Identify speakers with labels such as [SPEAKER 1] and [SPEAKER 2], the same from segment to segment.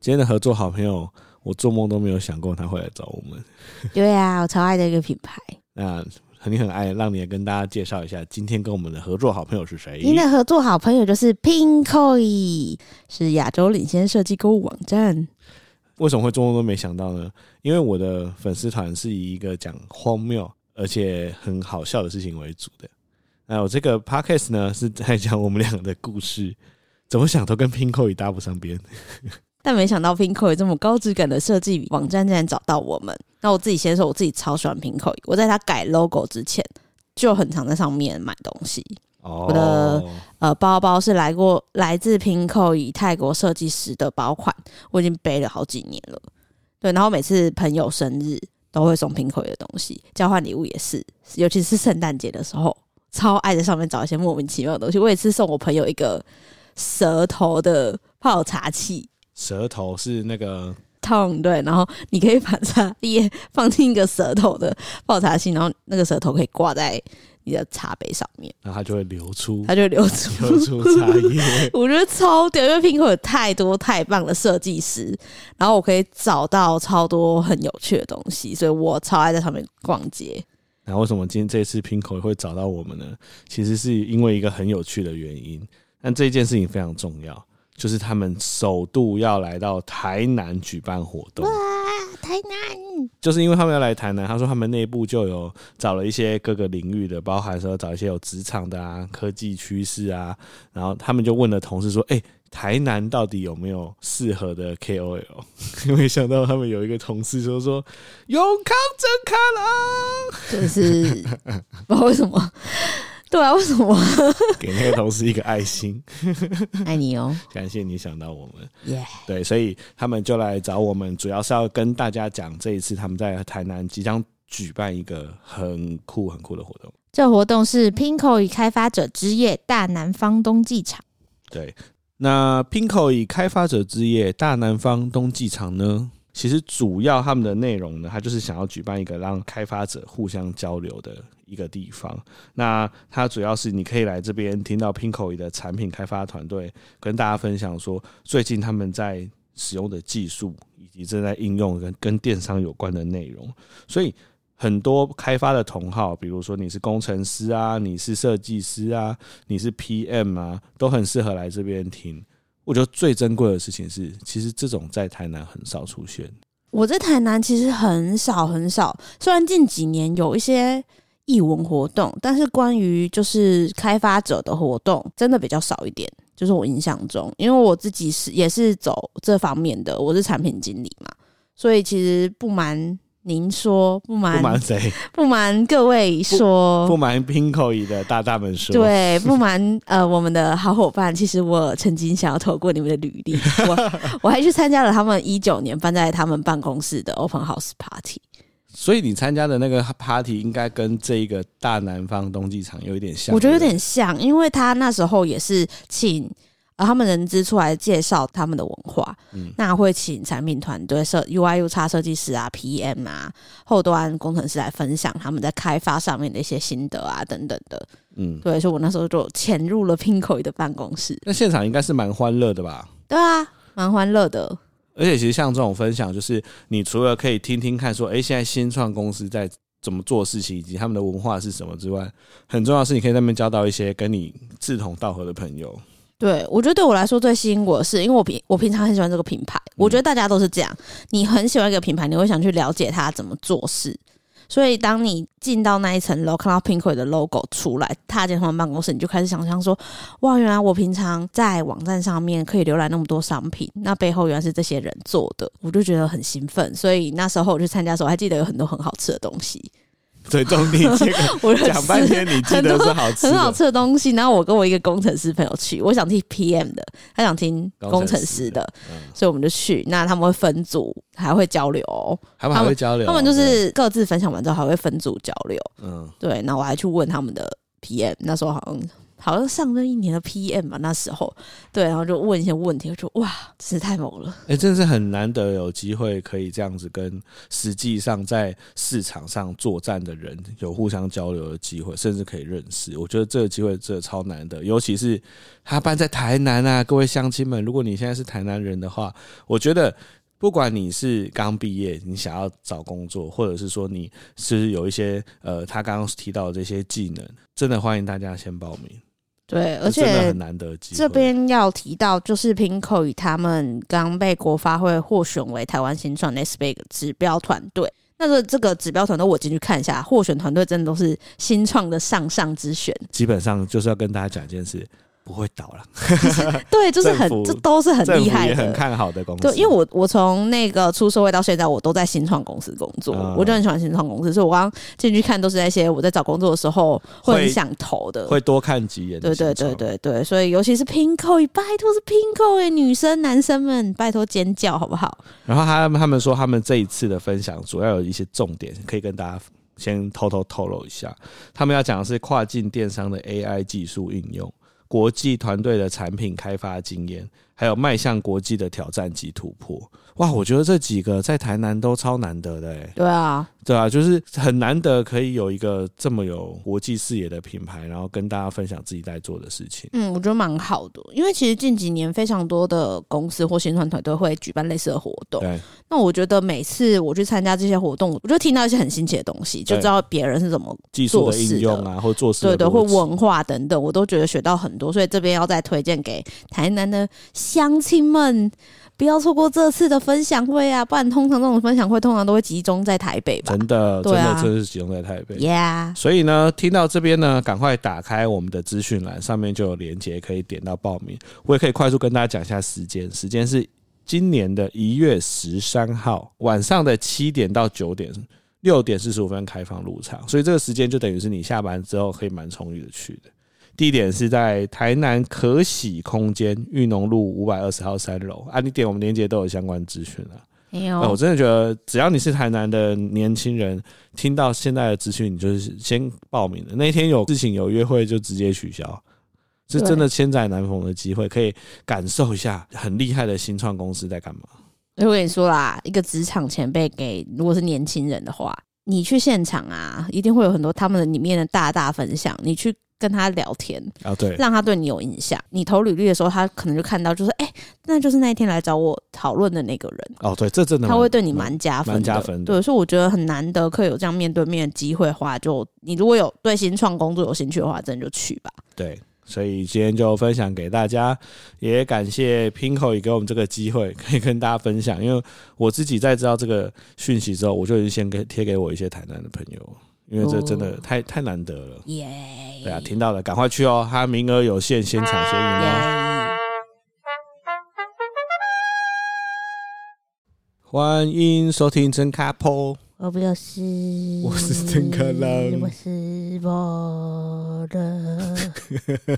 [SPEAKER 1] 今天的合作好朋友，我做梦都没有想过他会来找我们。
[SPEAKER 2] 对啊，我超爱的一个品牌。
[SPEAKER 1] 那你很爱，让你也跟大家介绍一下，今天跟我们的合作好朋友是谁？
[SPEAKER 2] 您的合作好朋友就是 Pinkoi，是亚洲领先设计购物网站。
[SPEAKER 1] 为什么会做梦都没想到呢？因为我的粉丝团是以一个讲荒谬而且很好笑的事情为主的。那我这个 podcast 呢，是在讲我们两个的故事，怎么想都跟 Pinkoi 搭不上边。
[SPEAKER 2] 但没想到 Pinkoi 这么高质感的设计网站竟然找到我们。那我自己先说，我自己超喜欢 Pinkoi。我在它改 logo 之前，就很常在上面买东西。
[SPEAKER 1] 哦
[SPEAKER 2] 我的呃，包包是来过来自 Pinkoi 泰国设计师的包款，我已经背了好几年了。对，然后每次朋友生日都会送 Pinkoi 的东西，交换礼物也是，尤其是圣诞节的时候，超爱在上面找一些莫名其妙的东西。我也是送我朋友一个舌头的泡茶器。
[SPEAKER 1] 舌头是那个
[SPEAKER 2] 痛对，然后你可以把茶叶放进一个舌头的泡茶器，然后那个舌头可以挂在你的茶杯上面，
[SPEAKER 1] 然后它就会流出
[SPEAKER 2] 它就会流出。
[SPEAKER 1] 流出茶叶
[SPEAKER 2] 我觉得超屌，因为 Pinko 有太多太棒的设计师，然后我可以找到超多很有趣的东西，所以我超爱在上面逛街。
[SPEAKER 1] 那为什么今天这次 Pinko 会找到我们呢？其实是因为一个很有趣的原因，但这件事情非常重要，就是他们首度要来到台南举办活动。
[SPEAKER 2] 台南
[SPEAKER 1] 就是因为他们要来台南，他说他们内部就有找了一些各个领域的，包含说找一些有职场的啊、科技趋势啊，然后他们就问了同事说：“哎、台南到底有没有适合的 KOL？” 没想到他们有一个同事说说永康真开朗，
[SPEAKER 2] 就是 不知道为什么，对啊，为什么
[SPEAKER 1] 给那个同事一个爱心，
[SPEAKER 2] 爱你哦？
[SPEAKER 1] 感谢你想到我们。
[SPEAKER 2] 耶、
[SPEAKER 1] 对，所以他们就来找我们，主要是要跟大家讲这一次他们在台南即将举办一个很酷很酷的活动。
[SPEAKER 2] 这活动是 Pinko 与开发者之夜大南方冬季场。
[SPEAKER 1] 对，那 Pinko 以开发者之夜大南方冬季场呢，其实主要他们的内容呢，它就是想要举办一个让开发者互相交流的一个地方。那它主要是你可以来这边听到 Pinko 的产品开发团队跟大家分享说，最近他们在使用的技术以及正在应用跟跟电商有关的内容，所以。很多开发的同号，比如说你是工程师啊，你是设计师啊，你是 PM 啊，都很适合来这边听。我觉得最珍贵的事情是，其实这种在台南很少出现。
[SPEAKER 2] 我在台南其实很少很少，虽然近几年有一些艺文活动，但是关于就是开发者的活动真的比较少一点。就是我印象中，因为我自己是也是走这方面的，我是产品经理嘛，所以其实不瞒您说，不
[SPEAKER 1] 不
[SPEAKER 2] 瞒
[SPEAKER 1] 瞒谁？
[SPEAKER 2] 不瞒各位
[SPEAKER 1] 不
[SPEAKER 2] 说，
[SPEAKER 1] 瞒 Pinko 椅的大大们说，
[SPEAKER 2] 哦对，不瞒呃我们的好伙伴，其实我曾经想要投过你们的履历， 我我还去参加了他们一九年办在他们办公室的 Open House Party。
[SPEAKER 1] 所以你参加的那个 party 应该跟这一个大南方冬季场有一点像。
[SPEAKER 2] 我觉得有
[SPEAKER 1] 对不对
[SPEAKER 2] 点像，因为他那时候也是请呃他们人资出来介绍他们的文化，
[SPEAKER 1] 嗯
[SPEAKER 2] 那会请产品团队设 UI U x 设计师啊、PM 啊、后端工程师来分享他们在开发上面的一些心得啊等等的。
[SPEAKER 1] 嗯。
[SPEAKER 2] 对，所以我那时候就潜入了 Pinko 的办公室，
[SPEAKER 1] 那现场应该是蛮欢乐的吧？
[SPEAKER 2] 对啊，蛮欢乐的。
[SPEAKER 1] 而且其实像这种分享，就是你除了可以听听看说，诶，现在新创公司在怎么做事情，以及他们的文化是什么之外，很重要的是你可以在那边交到一些跟你志同道合的朋友。
[SPEAKER 2] 对，我觉得对我来说最吸引我的是，因为我平我平常很喜欢这个品牌，我
[SPEAKER 1] 嗯
[SPEAKER 2] 觉得大家都是这样，你很喜欢一个品牌，你会想去了解它怎么做事。所以，当你进到那一层楼，看到 Pinkoi 的 logo 出来，踏进他们办公室，你就开始想象说：哇，原来我平常在网站上面可以浏览那么多商品，那背后原来是这些人做的，我就觉得很兴奋。所以那时候我去参加的时候，我还记得有很多很好吃的东西，
[SPEAKER 1] 最重你这个
[SPEAKER 2] 我 就
[SPEAKER 1] 讲半
[SPEAKER 2] 吃
[SPEAKER 1] 天，你记得是好吃
[SPEAKER 2] 很好
[SPEAKER 1] 的，
[SPEAKER 2] 吃的东西。然后我跟我一个工程师朋友去，我想听 PM 的，他想听工程师的，
[SPEAKER 1] 嗯
[SPEAKER 2] 所以我们就去。那他们会分组，还会交流哦、
[SPEAKER 1] 他们还会交流，啊
[SPEAKER 2] 他们就是各自分享完之后还会分组交流。
[SPEAKER 1] 嗯，
[SPEAKER 2] 对，那我还去问他们的 PM，那时候好像好像上任一年的 PM 吧，那时候对，然后就问一些问题，我就哇，真是太猛了。
[SPEAKER 1] 哎、真的是很难得有机会可以这样子跟实际上在市场上作战的人有互相交流的机会，甚至可以认识。我觉得这个机会真的超难得，尤其是他办在台南啊，各位乡亲们，如果你现在是台南人的话，我觉得。不管你是刚毕业，你想要找工作，或者是说你是有一些呃，他刚刚提到的这些技能，真的欢迎大家先报名，
[SPEAKER 2] 对，而
[SPEAKER 1] 这真的
[SPEAKER 2] 且
[SPEAKER 1] 很难得的机会。
[SPEAKER 2] 这边要提到，就是平口与他们刚被国发会获选为台湾新创 NextBig 指标团队。那个这个指标团队，我进去看一下，获选团队真的都是新创的上上之选。
[SPEAKER 1] 基本上就是要跟大家讲一件事，不会倒了，
[SPEAKER 2] 对，就是很
[SPEAKER 1] 呃政府
[SPEAKER 2] 这都是很
[SPEAKER 1] 政
[SPEAKER 2] 厉
[SPEAKER 1] 府
[SPEAKER 2] 害
[SPEAKER 1] 也
[SPEAKER 2] 的，
[SPEAKER 1] 很看好的公司。
[SPEAKER 2] 对，因为我我从那个出社会到现在，我都在新创公司工作，
[SPEAKER 1] 嗯
[SPEAKER 2] 我就很喜欢新创公司，所以我刚刚进去看都是那些我在找工作的时候会很想投的。
[SPEAKER 1] 会多看几眼。
[SPEAKER 2] 对对对，对对，所以尤其是 Pinko，拜托是 Pinko 哎，女生男生们拜托尖叫好不好？
[SPEAKER 1] 然后他们他们说，他们这一次的分享主要有一些重点，可以跟大家先偷偷透露一下。他们要讲的是跨境电商的 AI 技术应用、国际团队的产品开发经验，还有迈向国际的挑战及突破。哇，我觉得这几个在台南都超难得的、欸，
[SPEAKER 2] 对啊，
[SPEAKER 1] 对啊，就是很难得可以有一个这么有国际视野的品牌，然后跟大家分享自己在做的事情。
[SPEAKER 2] 嗯，我觉得蛮好的，因为其实近几年非常多的公司或新创团队会举办类似的活动，
[SPEAKER 1] 对，
[SPEAKER 2] 那我觉得每次我去参加这些活动，我就听到一些很新奇的东西，就
[SPEAKER 1] 对
[SPEAKER 2] 知道别人是怎么
[SPEAKER 1] 技术的
[SPEAKER 2] 做事
[SPEAKER 1] 应
[SPEAKER 2] 的
[SPEAKER 1] 用啊，或做事
[SPEAKER 2] 对
[SPEAKER 1] 的
[SPEAKER 2] 对，或
[SPEAKER 1] 逻辑
[SPEAKER 2] 文化等等，我都觉得学到很多，所以这边要再推荐给台南的乡亲们，不要错过这次的分享会啊！不然通常这种分享会通常都会集中在台北吧
[SPEAKER 1] 真的，真
[SPEAKER 2] 对
[SPEAKER 1] 的，
[SPEAKER 2] 啊
[SPEAKER 1] 真的是集中在台北。
[SPEAKER 2] ？Yeah，
[SPEAKER 1] 所以呢，听到这边呢，赶快打开我们的资讯栏，上面就有连接可以点到报名。我也可以快速跟大家讲一下时间，时间是今年的一月十三号晚上的七点到九点，六点四十五分开放入场，所以这个时间就等于是你下班之后可以蛮充裕的去的。地点是在台南可喜空间裕农路五百二十号三楼啊，你点我们链接都有相关资讯啊。
[SPEAKER 2] 没
[SPEAKER 1] 呃我
[SPEAKER 2] 有，
[SPEAKER 1] 真的觉得，只要你是台南的年轻人，听到现在的资讯，你就是先报名的。那一天有事情有约会就直接取消，是
[SPEAKER 2] 对
[SPEAKER 1] 真的千载难逢的机会，可以感受一下很厉害的新创公司在干嘛。
[SPEAKER 2] 我跟你说啦，一个职场前辈给如果是年轻人的话，你去现场啊，一定会有很多他们里面的大大分享，你去跟他聊天，
[SPEAKER 1] 啊，对，
[SPEAKER 2] 让他对你有印象。你投履历的时候，他可能就看到，就是哎、那就是那一天来找我讨论的那个人。
[SPEAKER 1] 哦，对，这真的
[SPEAKER 2] 他
[SPEAKER 1] 蛮
[SPEAKER 2] 会对你蛮加分的，
[SPEAKER 1] 蛮加分的
[SPEAKER 2] 对，所以我觉得很难得可以有这样面对面的机会的话，就你如果有对新创工作有兴趣的话，真的就去吧。
[SPEAKER 1] 对。所以今天就分享给大家，也感谢 Pinko 也给我们这个机会，可以跟大家分享。因为我自己在知道这个讯息之后，我就已经先给贴给我一些台南的朋友，因为这真的
[SPEAKER 2] 哦
[SPEAKER 1] 太太难得了。
[SPEAKER 2] 耶、
[SPEAKER 1] 对啊，听到了，赶快去哦，他名额有限，先抢先赢
[SPEAKER 2] 啊
[SPEAKER 1] 哦。欢迎收听真卡坡，
[SPEAKER 2] 我不就是，
[SPEAKER 1] 我是陈克浪
[SPEAKER 2] 我是我 的，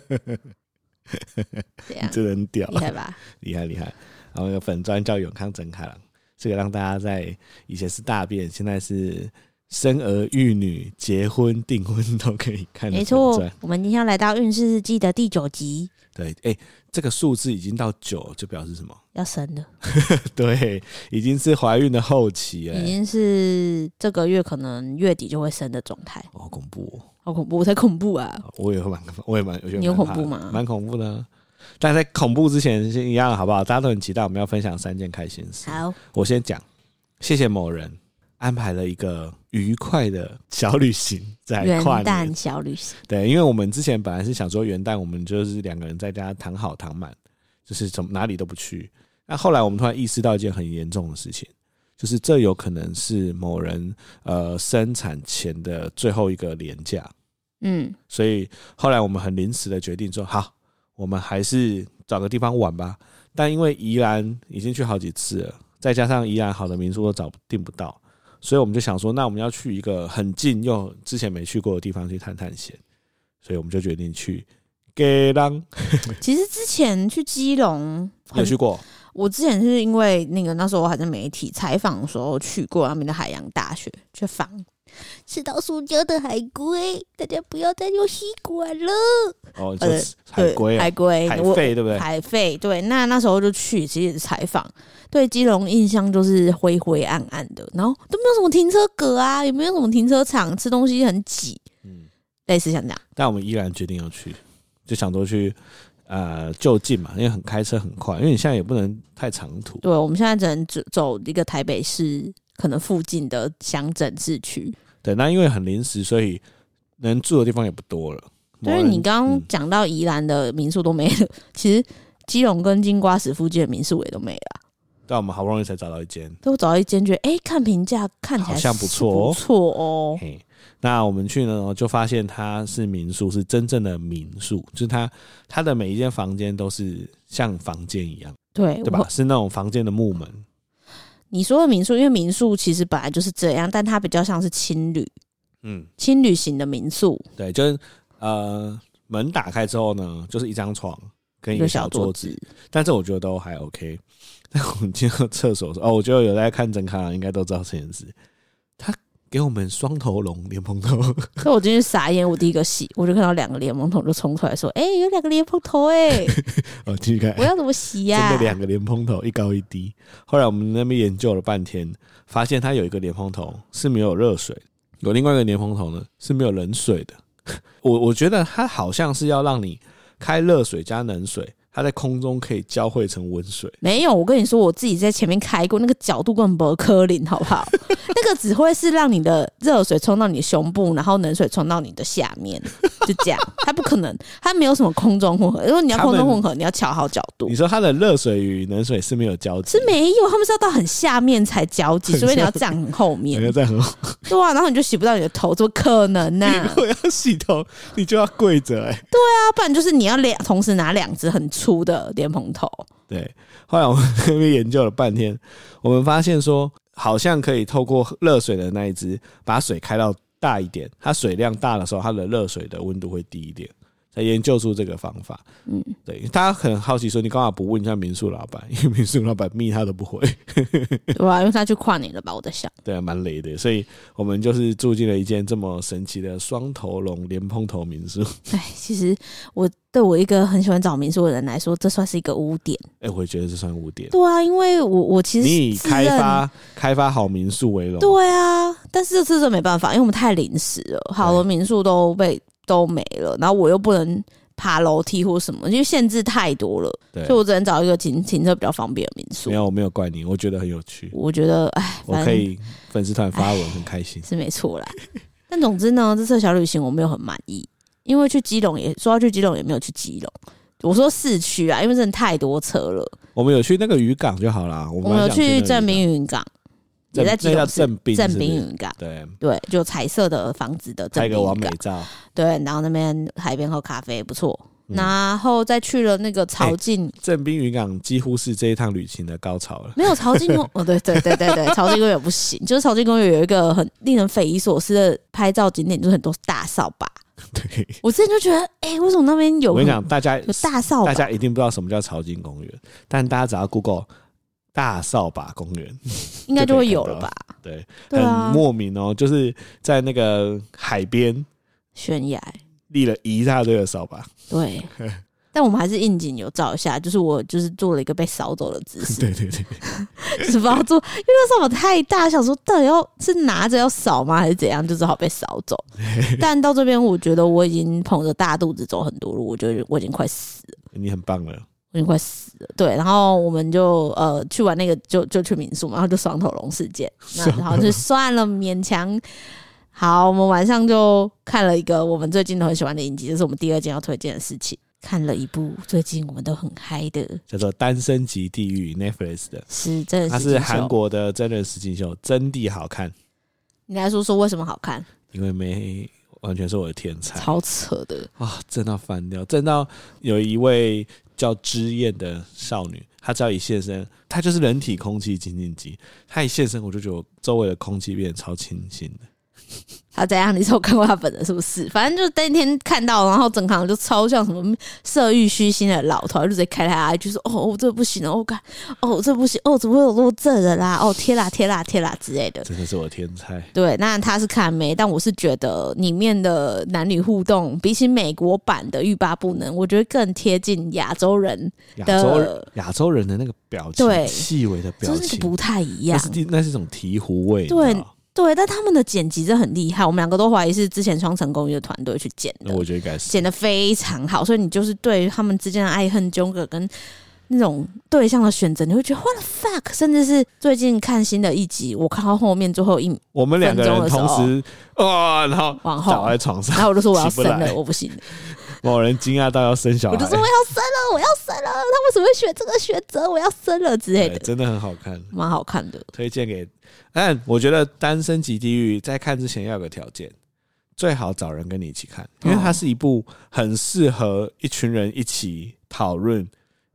[SPEAKER 2] 这样
[SPEAKER 1] 这人屌
[SPEAKER 2] 厉，害吧？
[SPEAKER 1] 厉害厉害。然后有粉砖叫永康真卡郎，这个让大家在以前是大便，现在是生儿育女、结婚订婚都可以看的
[SPEAKER 2] 没
[SPEAKER 1] 粉
[SPEAKER 2] 错
[SPEAKER 1] 砖。，
[SPEAKER 2] 我们今天要来到运势日记的第九集，
[SPEAKER 1] 对，哎、这个数字已经到九，就表示什么？
[SPEAKER 2] 要生了，
[SPEAKER 1] 对，已经是怀孕的后期哎、
[SPEAKER 2] 已经是这个月可能月底就会生的状态，
[SPEAKER 1] 哦好恐怖、哦。
[SPEAKER 2] 好恐怖，才恐怖啊！
[SPEAKER 1] 我也会蛮，我也蛮，我觉得
[SPEAKER 2] 你有
[SPEAKER 1] 蛮怕
[SPEAKER 2] 恐怖
[SPEAKER 1] 的
[SPEAKER 2] 吗
[SPEAKER 1] 蛮恐怖的啊。但在恐怖之前先一样，啊好不好？大家都很期待，我们要分享三件开心事。
[SPEAKER 2] 好，
[SPEAKER 1] 我先讲，谢谢某人安排了一个愉快的小旅行，在
[SPEAKER 2] 元
[SPEAKER 1] 跨
[SPEAKER 2] 旦
[SPEAKER 1] 年。
[SPEAKER 2] 小旅行，
[SPEAKER 1] 对，因为我们之前本来是想说元旦，我们就是两个人在家躺好躺满，就是从哪里都不去。那后来我们突然意识到一件很严重的事情，就是这有可能是某人呃生产前的最后一个年假。
[SPEAKER 2] 嗯，
[SPEAKER 1] 所以后来我们很临时的决定说，好，我们还是找个地方玩吧。但因为宜兰已经去好几次了，再加上宜兰好的民宿都找不订不到，所以我们就想说，那我们要去一个很近又之前没去过的地方去探探险。所以我们就决定去给浪，
[SPEAKER 2] 其实之前去基隆，
[SPEAKER 1] 有去过
[SPEAKER 2] 我之前是因为那个那时候我还在媒体采访的时候去过那边的海洋大学去访，
[SPEAKER 3] 吃到塑胶的海龟，大家不要再用吸管了。
[SPEAKER 1] 哦，你说
[SPEAKER 2] 呃
[SPEAKER 1] 海龟
[SPEAKER 2] 对
[SPEAKER 1] 啊
[SPEAKER 2] 海，龟，
[SPEAKER 1] 海
[SPEAKER 2] 我
[SPEAKER 1] 费对不对？
[SPEAKER 2] 海费对，那那时候就去，其实也是采访，对基隆印象就是灰灰暗暗的，然后都没有什么停车格啊，也没有什么停车场，吃东西很挤，
[SPEAKER 1] 嗯，
[SPEAKER 2] 类似像这样。
[SPEAKER 1] 但我们依然决定要去，就想说去呃就近嘛，因为很开车很快，因为你现在也不能太长途。
[SPEAKER 2] 对，我们现在只能走走一个台北市可能附近的乡镇市区，
[SPEAKER 1] 对，那因为很临时，所以能住的地方也不多了。某
[SPEAKER 2] 就是
[SPEAKER 1] 人
[SPEAKER 2] 你刚
[SPEAKER 1] 嗯
[SPEAKER 2] 刚讲到宜兰的民宿都没了，其实基隆跟金瓜石附近的民宿也都没了。
[SPEAKER 1] 但我们好不容易才找到一间。
[SPEAKER 2] 都找到一间，觉得哎、诶看评价看起来
[SPEAKER 1] 好像
[SPEAKER 2] 是
[SPEAKER 1] 不
[SPEAKER 2] 不
[SPEAKER 1] 错哦
[SPEAKER 2] 错哦。
[SPEAKER 1] 嘿，那我们去呢，就发现它是民宿，是真正的民宿，就是它它的每一间房间都是像房间一样，
[SPEAKER 2] 对，
[SPEAKER 1] 对
[SPEAKER 2] 我
[SPEAKER 1] 吧？是那种房间的木门，
[SPEAKER 2] 你说的民宿，因为民宿其实本来就是这样，但它比较像是青旅、
[SPEAKER 1] 嗯，
[SPEAKER 2] 青旅型的民宿，
[SPEAKER 1] 对，就是呃，门打开之后呢，就是一张床跟一
[SPEAKER 2] 一
[SPEAKER 1] 个
[SPEAKER 2] 个
[SPEAKER 1] 小
[SPEAKER 2] 小
[SPEAKER 1] 桌
[SPEAKER 2] 桌
[SPEAKER 1] 子，
[SPEAKER 2] 子。
[SPEAKER 1] 但是我觉得都还 OK。但 我们进到厕所的时候，哦，我觉得有在看整卡应该都知道这件事，他给我们双头龙莲蓬头，
[SPEAKER 2] 所以我进去傻眼，我第一个洗，我就看到两个莲蓬头就冲出来说：“哎、有两个莲蓬头哎、
[SPEAKER 1] 哦，进去看，
[SPEAKER 2] 我要怎么洗 呀、
[SPEAKER 1] 真的两个莲蓬头，一高一低。后来我们那边研究了半天，发现它有一个莲蓬头是没有热水，有另外一个莲蓬头呢是没有冷水的。 我我觉得它好像是要让你开热水加冷水，它在空中可以交汇成温水。
[SPEAKER 2] 没有，我跟你说，我自己在前面开过，那个角度根本不科林，好不好？ 那个只会是让你的热水冲到你的胸部，然后冷水冲到你的下面，就这样。它不可能，它没有什么空中混合。如果你要空中混合，你要调好角度
[SPEAKER 1] 你。说它的热水与冷水是没有交集，
[SPEAKER 2] 是没有，他们是要到很下面才交集，
[SPEAKER 1] 很
[SPEAKER 2] 所以你要
[SPEAKER 1] 下
[SPEAKER 2] 站很后
[SPEAKER 1] 有
[SPEAKER 2] 面
[SPEAKER 1] 没，有在很好。
[SPEAKER 2] 对啊，然后你就洗不到你的头，怎么可 能呢、
[SPEAKER 1] 你如
[SPEAKER 2] 啊？
[SPEAKER 1] 果要洗头，你就要跪着哎、
[SPEAKER 2] 不然就是你要两同时拿两只很粗的莲蓬头，
[SPEAKER 1] 对，后来我们那边研究了半天，我们发现说，好像可以透过热水的那一只，把水开到大一点，它水量大的时候，它的热水的温度会低一点。才研究出这个方法，
[SPEAKER 2] 嗯，
[SPEAKER 1] 对，大家很好奇说，你干嘛不问一下民宿老板？因为民宿老板密他都不回，
[SPEAKER 2] 对吧、因为他去跨年了吧？我在想，
[SPEAKER 1] 对啊，蛮雷的。所以我们就是住进了一间这么神奇的双头龙莲蓬头民宿。
[SPEAKER 2] 哎，其实我对我一个很喜欢找民宿的人来说，这算是一个污点。
[SPEAKER 1] 哎、我也觉得这算污点。
[SPEAKER 2] 对啊，因为我我其实
[SPEAKER 1] 你以
[SPEAKER 2] 自
[SPEAKER 1] 开
[SPEAKER 2] 认
[SPEAKER 1] 发开发好民宿为荣，
[SPEAKER 2] 对啊，但是这次真没办法，因为我们太临时了，好多民宿都被都没了，然后我又不能爬楼梯或什么，因为限制太多了，
[SPEAKER 1] 对
[SPEAKER 2] 所以我只能找一个停停车比较方便的民宿
[SPEAKER 1] 没。有，我没有怪你，我觉得很有趣。
[SPEAKER 2] 我觉得，哎，
[SPEAKER 1] 我
[SPEAKER 2] 反
[SPEAKER 1] 可
[SPEAKER 2] 正
[SPEAKER 1] 以粉丝团发文，很开心。
[SPEAKER 2] 是没错啦。 但总之呢，这次的小旅行我没有很满意，因为去基隆也说要去基隆，也没有去基隆。我说市区啊，因为真的太多车了。
[SPEAKER 1] 我们有去那个渔港就好啦，我
[SPEAKER 2] 我
[SPEAKER 1] 们
[SPEAKER 2] 们
[SPEAKER 1] 蛮
[SPEAKER 2] 有
[SPEAKER 1] 想去
[SPEAKER 2] 去
[SPEAKER 1] 正
[SPEAKER 2] 正滨云港，
[SPEAKER 1] 正
[SPEAKER 2] 也在基
[SPEAKER 1] 那叫
[SPEAKER 2] 隆市
[SPEAKER 1] 正滨
[SPEAKER 2] 正
[SPEAKER 1] 是不是
[SPEAKER 2] 滨云港，
[SPEAKER 1] 对，
[SPEAKER 2] 对，就彩色的房子的正
[SPEAKER 1] 拍
[SPEAKER 2] 滨
[SPEAKER 1] 个完
[SPEAKER 2] 云
[SPEAKER 1] 美
[SPEAKER 2] 港，
[SPEAKER 1] 照。
[SPEAKER 2] 对，然后那边海边喝咖啡不错，
[SPEAKER 1] 嗯哎
[SPEAKER 2] 然后再去了那个潮境，
[SPEAKER 1] 正滨渔港几乎是这一趟旅行的高潮 了。
[SPEAKER 2] 没有潮 境公，哦，对对对对对，潮境公园不行，就是潮境公园有一个很令人匪夷所思的拍照景点，就是很多大扫把。
[SPEAKER 1] 对，
[SPEAKER 2] 我之前就觉得，哎、为什么那边有
[SPEAKER 1] 我跟你讲，大家
[SPEAKER 2] 有大扫把
[SPEAKER 1] 大？家一定不知道什么叫潮境公园，但大家只要 Google 大扫把公园，
[SPEAKER 2] 应该就会有了吧？
[SPEAKER 1] 对，
[SPEAKER 2] 对
[SPEAKER 1] 很
[SPEAKER 2] 啊，
[SPEAKER 1] 莫名哦，就是在那个海边
[SPEAKER 2] 悬崖
[SPEAKER 1] 立了一大堆的扫把，
[SPEAKER 2] 对。但我们还是应景有照一下，就是我就是做了一个被扫走的姿 势，
[SPEAKER 1] 对对对，
[SPEAKER 2] 就是不要做，因为那扫把太大，想说到底要是拿着要扫吗，还是怎样，就只好被扫走。但到这边，我觉得我已经捧着大肚子走很多路，我觉得我已经快死了，
[SPEAKER 1] 你很棒了。
[SPEAKER 2] 我已经快死了。对，然后我们就呃去完那个就就去民宿嘛，然后就双头龙事件，那然后就算了，勉强。好，我们晚上就看了一个我们最近都很喜欢的影集，这是我们第二件要推荐的事情。看了一部最近我们都很嗨的，
[SPEAKER 1] 叫做《单身级地狱》Netflix 的，
[SPEAKER 2] 是真的
[SPEAKER 1] 它
[SPEAKER 2] 是
[SPEAKER 1] 是
[SPEAKER 2] 金秀
[SPEAKER 1] 韩。国的真人实境秀，真的好看。
[SPEAKER 2] 你来说说为什么好看？
[SPEAKER 1] 因为没完全是我的天才
[SPEAKER 2] 超扯的，
[SPEAKER 1] 啊，震到翻掉，震到有一位叫知燕的少女，她只要一现身，她就是人体空气清净机，她一现身我就觉得我周围的空气变得超清新的，
[SPEAKER 2] 他怎样？你是有看过他本人是不是？反正就那天看到，然后整行就超像什么色欲虚心的老头，就直接开他 IG 说：“哦，我这不行哦，我干，哦，我这不行，哦，怎么会有落这的啦？哦，贴啦贴啦贴啦之类的。”
[SPEAKER 1] 真的是我的天才。
[SPEAKER 2] 对，那他是看美，但我是觉得里面的男女互动，比起美国版的欲罢不能，我觉得更贴近亚洲人，
[SPEAKER 1] 亚
[SPEAKER 2] 的
[SPEAKER 1] 洲人亚洲人的那个表情，
[SPEAKER 2] 对
[SPEAKER 1] 细微的
[SPEAKER 2] 就
[SPEAKER 1] 表
[SPEAKER 2] 是那个
[SPEAKER 1] 情，
[SPEAKER 2] 不太一
[SPEAKER 1] 那
[SPEAKER 2] 样
[SPEAKER 1] 是。第那是一种醍醐味，你
[SPEAKER 2] 对
[SPEAKER 1] 知道吗
[SPEAKER 2] 对，但他们的剪辑真的很厉害，我们两个都怀疑是之前双城公寓的团队去剪
[SPEAKER 1] 那
[SPEAKER 2] 的，
[SPEAKER 1] 我觉得应该是
[SPEAKER 2] 剪的非常好，所以你就是对于他们之间的爱恨纠葛跟。那种对象的选择，你会觉得 what the fuck，甚至是最近看新的一集，我看到后面最后一
[SPEAKER 1] 我们两个人
[SPEAKER 2] 分钟
[SPEAKER 1] 同
[SPEAKER 2] 的时候
[SPEAKER 1] 时啊，然后
[SPEAKER 2] 往后
[SPEAKER 1] 倒在床上
[SPEAKER 2] 然，后我就说我 要
[SPEAKER 1] 起不
[SPEAKER 2] 生
[SPEAKER 1] 来哎
[SPEAKER 2] 了，我不行了，
[SPEAKER 1] 某人惊讶到要生小
[SPEAKER 2] 我
[SPEAKER 1] 孩，
[SPEAKER 2] 就说我要生了，我要生了，他为什么会选这个选择？我要生了之
[SPEAKER 1] 对
[SPEAKER 2] 类的，
[SPEAKER 1] 哎真的很好看，
[SPEAKER 2] 蛮好看的。
[SPEAKER 1] 推荐给。但我觉得《单身级地狱》在看之前要有个条件，最好找人跟你一起看，因为它是一部很适合一群人一起讨论、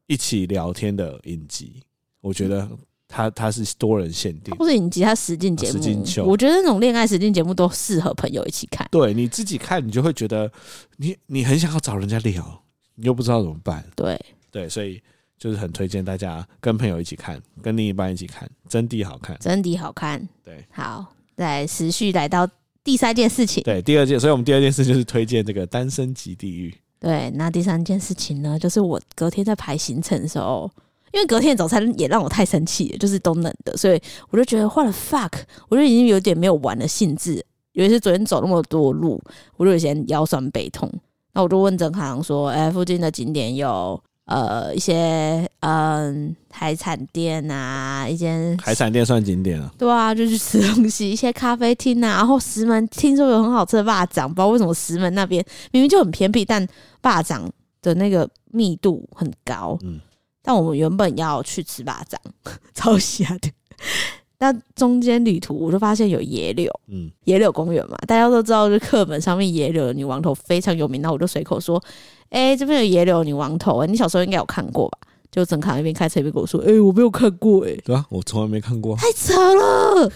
[SPEAKER 1] 一起聊天的影集。我觉得它它是多人限定，
[SPEAKER 2] 或者你其他实境节
[SPEAKER 1] 哦实境秀
[SPEAKER 2] 目，我觉得那种恋爱实境节目都适合朋友一起看。
[SPEAKER 1] 对你自己看，你就会觉得你你很想要找人家聊，你又不知道怎么办。
[SPEAKER 2] 对，
[SPEAKER 1] 对，所以就是很推荐大家跟朋友一起看，跟另一半一起看，真的好看。
[SPEAKER 2] 真的好看。
[SPEAKER 1] 对
[SPEAKER 2] 好，再持续来到第三件事情。
[SPEAKER 1] 对，第二件，所以我们第二件事就是推荐这个《单身级地狱》。
[SPEAKER 2] 对，那第三件事情呢，就是我隔天在排行程的时候，因为隔天的早餐也让我太生气了，就是都冷的，所以我就觉得换了 fuck，我就已经有点没有玩的兴致。尤其是昨天走那么多路，我就有些腰酸背痛。那我就问郑航说：“哎、附近的景点有呃一些嗯海产店啊，一间
[SPEAKER 1] 海产店算景点啊，
[SPEAKER 2] 对啊，就去吃东西，一些咖啡厅啊，然后石门听说有很好吃的霸掌，不知道为什么石门那边明明就很偏僻，但霸掌的那个密度很高。
[SPEAKER 1] 嗯
[SPEAKER 2] 嗯，但我们原本要去吃霸掌，超瞎的。但中间旅途我就发现有野柳，
[SPEAKER 1] 嗯，
[SPEAKER 2] 野柳公园嘛，大家都知道，就课本上面野柳的女王头非常有名。那我就随口说：“哎、这边有野柳女王头、你小时候应该有看过吧？”就郑康一边开车一边跟我说：“哎、我没有看过、哎。”
[SPEAKER 1] 对啊，我从来没看过。
[SPEAKER 2] 太扯了，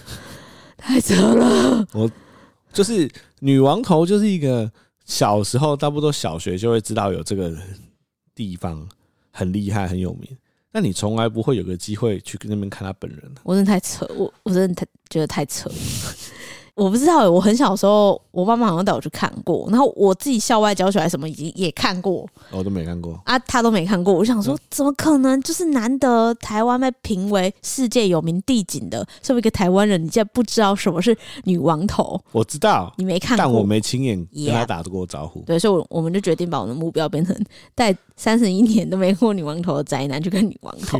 [SPEAKER 2] 太扯了。
[SPEAKER 1] 就是女王头，就是一个小时候差不多小学就会知道有这个地方很厉害很有名，但你从来不会有个机会去那边看他本人啊
[SPEAKER 2] 我真的太扯，我我真的太觉得太扯。我不知道、欸，我很小的时候，我爸妈好像带我去看过，然后我自己校外教学还是什么，已经也看过
[SPEAKER 1] 我都没看过。
[SPEAKER 2] 啊，他都没看过。我就想说，怎么可能？就是难得台湾被评为世界有名地景的，作为一个台湾人，你竟然不知道什么是女王头，
[SPEAKER 1] 我知道，
[SPEAKER 2] 你没看过？
[SPEAKER 1] 但我没亲眼跟他
[SPEAKER 2] Yeah
[SPEAKER 1] 打过招呼。
[SPEAKER 2] 对，所以我我们就决定把我们的目标变成带三十一年都没看过女王头的宅男去看女王 头。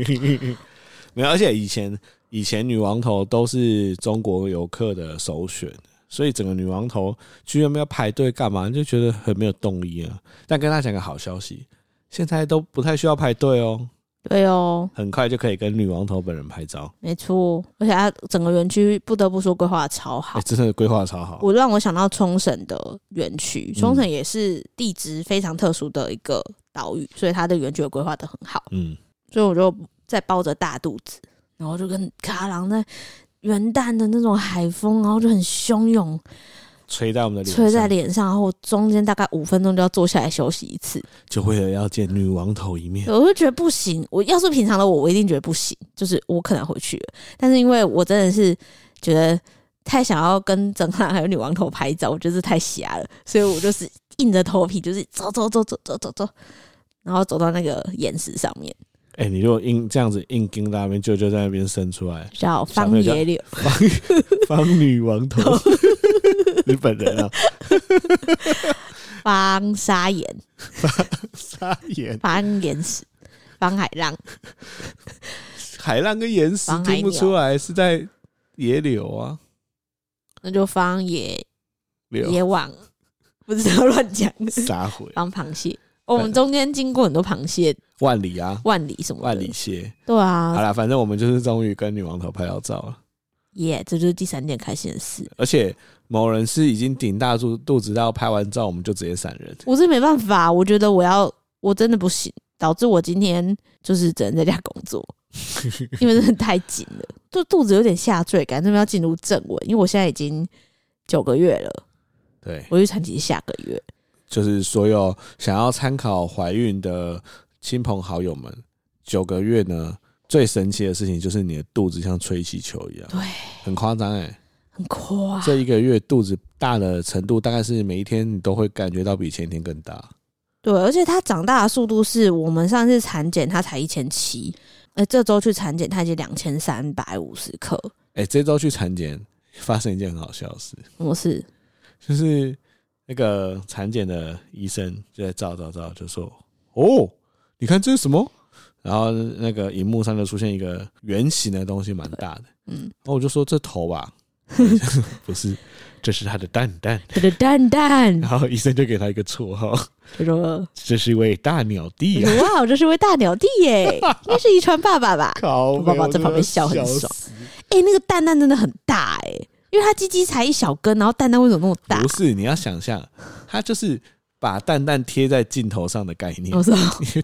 [SPEAKER 1] 没有，而且以前以前女王头都是中国游客的首选，所以整个女王头居然没有排队干嘛，就觉得很没有动力啊。但跟大家讲个好消息，现在都不太需要排队哦，
[SPEAKER 2] 对哦，
[SPEAKER 1] 很快就可以跟女王头本人拍照。
[SPEAKER 2] 没错，而且它整个园区不得不说规划得超好
[SPEAKER 1] 哎、。真的规划得超好。
[SPEAKER 2] 我让我想到冲绳的园
[SPEAKER 1] 嗯
[SPEAKER 2] 区，冲绳也是地质非常特殊的一个岛屿，所以它的园区也规划的很好。
[SPEAKER 1] 嗯，
[SPEAKER 2] 所以我就在抱着大肚子，然后就跟卡郎在元旦的那种海风，然后就很汹涌
[SPEAKER 1] 吹在我们的脸，
[SPEAKER 2] 吹在，脸上，然后我中间大概五分钟就要坐下来休息一次。
[SPEAKER 1] 就为了要见女王头一面。
[SPEAKER 2] 我就觉得不行。我要是平常的我，我一定觉得不行，就是我可能回去了。但是因为我真的是觉得太想要跟整汉还有女王头拍照，我觉得这太瞎了，所以我就是硬着头皮，就是走走走走走走走，然后走到那个岩石上面，
[SPEAKER 1] 哎、你如果硬这样子硬跟在那边，舅舅在那边伸出来，
[SPEAKER 2] 叫方野柳，
[SPEAKER 1] 方 方女王头，你本人啊，
[SPEAKER 2] 方沙岩，
[SPEAKER 1] 傻眼。
[SPEAKER 2] 方岩石，方海浪，
[SPEAKER 1] 海浪跟岩石
[SPEAKER 2] 防海
[SPEAKER 1] 听不
[SPEAKER 2] 鸟
[SPEAKER 1] 出来是在野柳啊，
[SPEAKER 2] 那就方野野
[SPEAKER 1] 柳
[SPEAKER 2] 网，不知道 乱讲，
[SPEAKER 1] 啥回
[SPEAKER 2] 方螃蟹。
[SPEAKER 1] 哎
[SPEAKER 2] 哦我们中间经过很多螃蟹、
[SPEAKER 1] 万里啊，
[SPEAKER 2] 万里什么的，
[SPEAKER 1] 万里蟹。
[SPEAKER 2] 对啊，
[SPEAKER 1] 好啦，反正我们就是终于跟女王头拍到照了，
[SPEAKER 2] 耶这就是第三件开心的事。
[SPEAKER 1] 而且某人是已经顶大肚肚子到拍完照我们就直接闪人，
[SPEAKER 2] 我是没办法，我觉得我要，我真的不行，导致我今天就是只能在家工 作，因为真的太紧了，就肚子有点下坠感，真的要进入正文。因为我现在已经九个月了，
[SPEAKER 1] 对，
[SPEAKER 2] 我预产期是下个月。
[SPEAKER 1] 就是所有想要参考怀孕的亲朋好友们，九个月呢，最神奇的事情就是你的肚子像吹气球一样，
[SPEAKER 2] 对，
[SPEAKER 1] 很夸张哎，
[SPEAKER 2] 很夸
[SPEAKER 1] 这一个月肚子大的程度，大概是每一天你都会感觉到比前一天更大。
[SPEAKER 2] 对，而且它长大的速度是我们上次产检它才一千七，呃，这周去产检它已经两千三百五十克，
[SPEAKER 1] 哎、这周去产检发生一件很好笑的事，
[SPEAKER 2] 我是
[SPEAKER 1] 就是那个产检的医生就在照照照，就说：“哦，你看这是什么？”然后那个荧幕上就出现一个圆形的东西，蛮大的。
[SPEAKER 2] 嗯，
[SPEAKER 1] 然后我就说：“这头吧， 不是，这是他的蛋蛋。
[SPEAKER 2] 我的蛋”蛋，
[SPEAKER 1] 然后医生就给他一个绰号
[SPEAKER 2] 他说：“：“
[SPEAKER 1] 这是一位大鸟
[SPEAKER 2] 我
[SPEAKER 1] 弟啊
[SPEAKER 2] 说哇，我这是位大鸟弟 耶，应该是遗传爸爸吧？”？
[SPEAKER 1] 靠
[SPEAKER 2] 我爸爸
[SPEAKER 1] 我
[SPEAKER 2] 在旁边笑很
[SPEAKER 1] 真的要
[SPEAKER 2] 爽
[SPEAKER 1] 死
[SPEAKER 2] 哎、那个蛋蛋真的很大哎、因为它鸡鸡才一小根，然后蛋蛋为什么那么大
[SPEAKER 1] 不？是，你要想象，他就是把蛋蛋贴在镜头上的概念。
[SPEAKER 2] 我说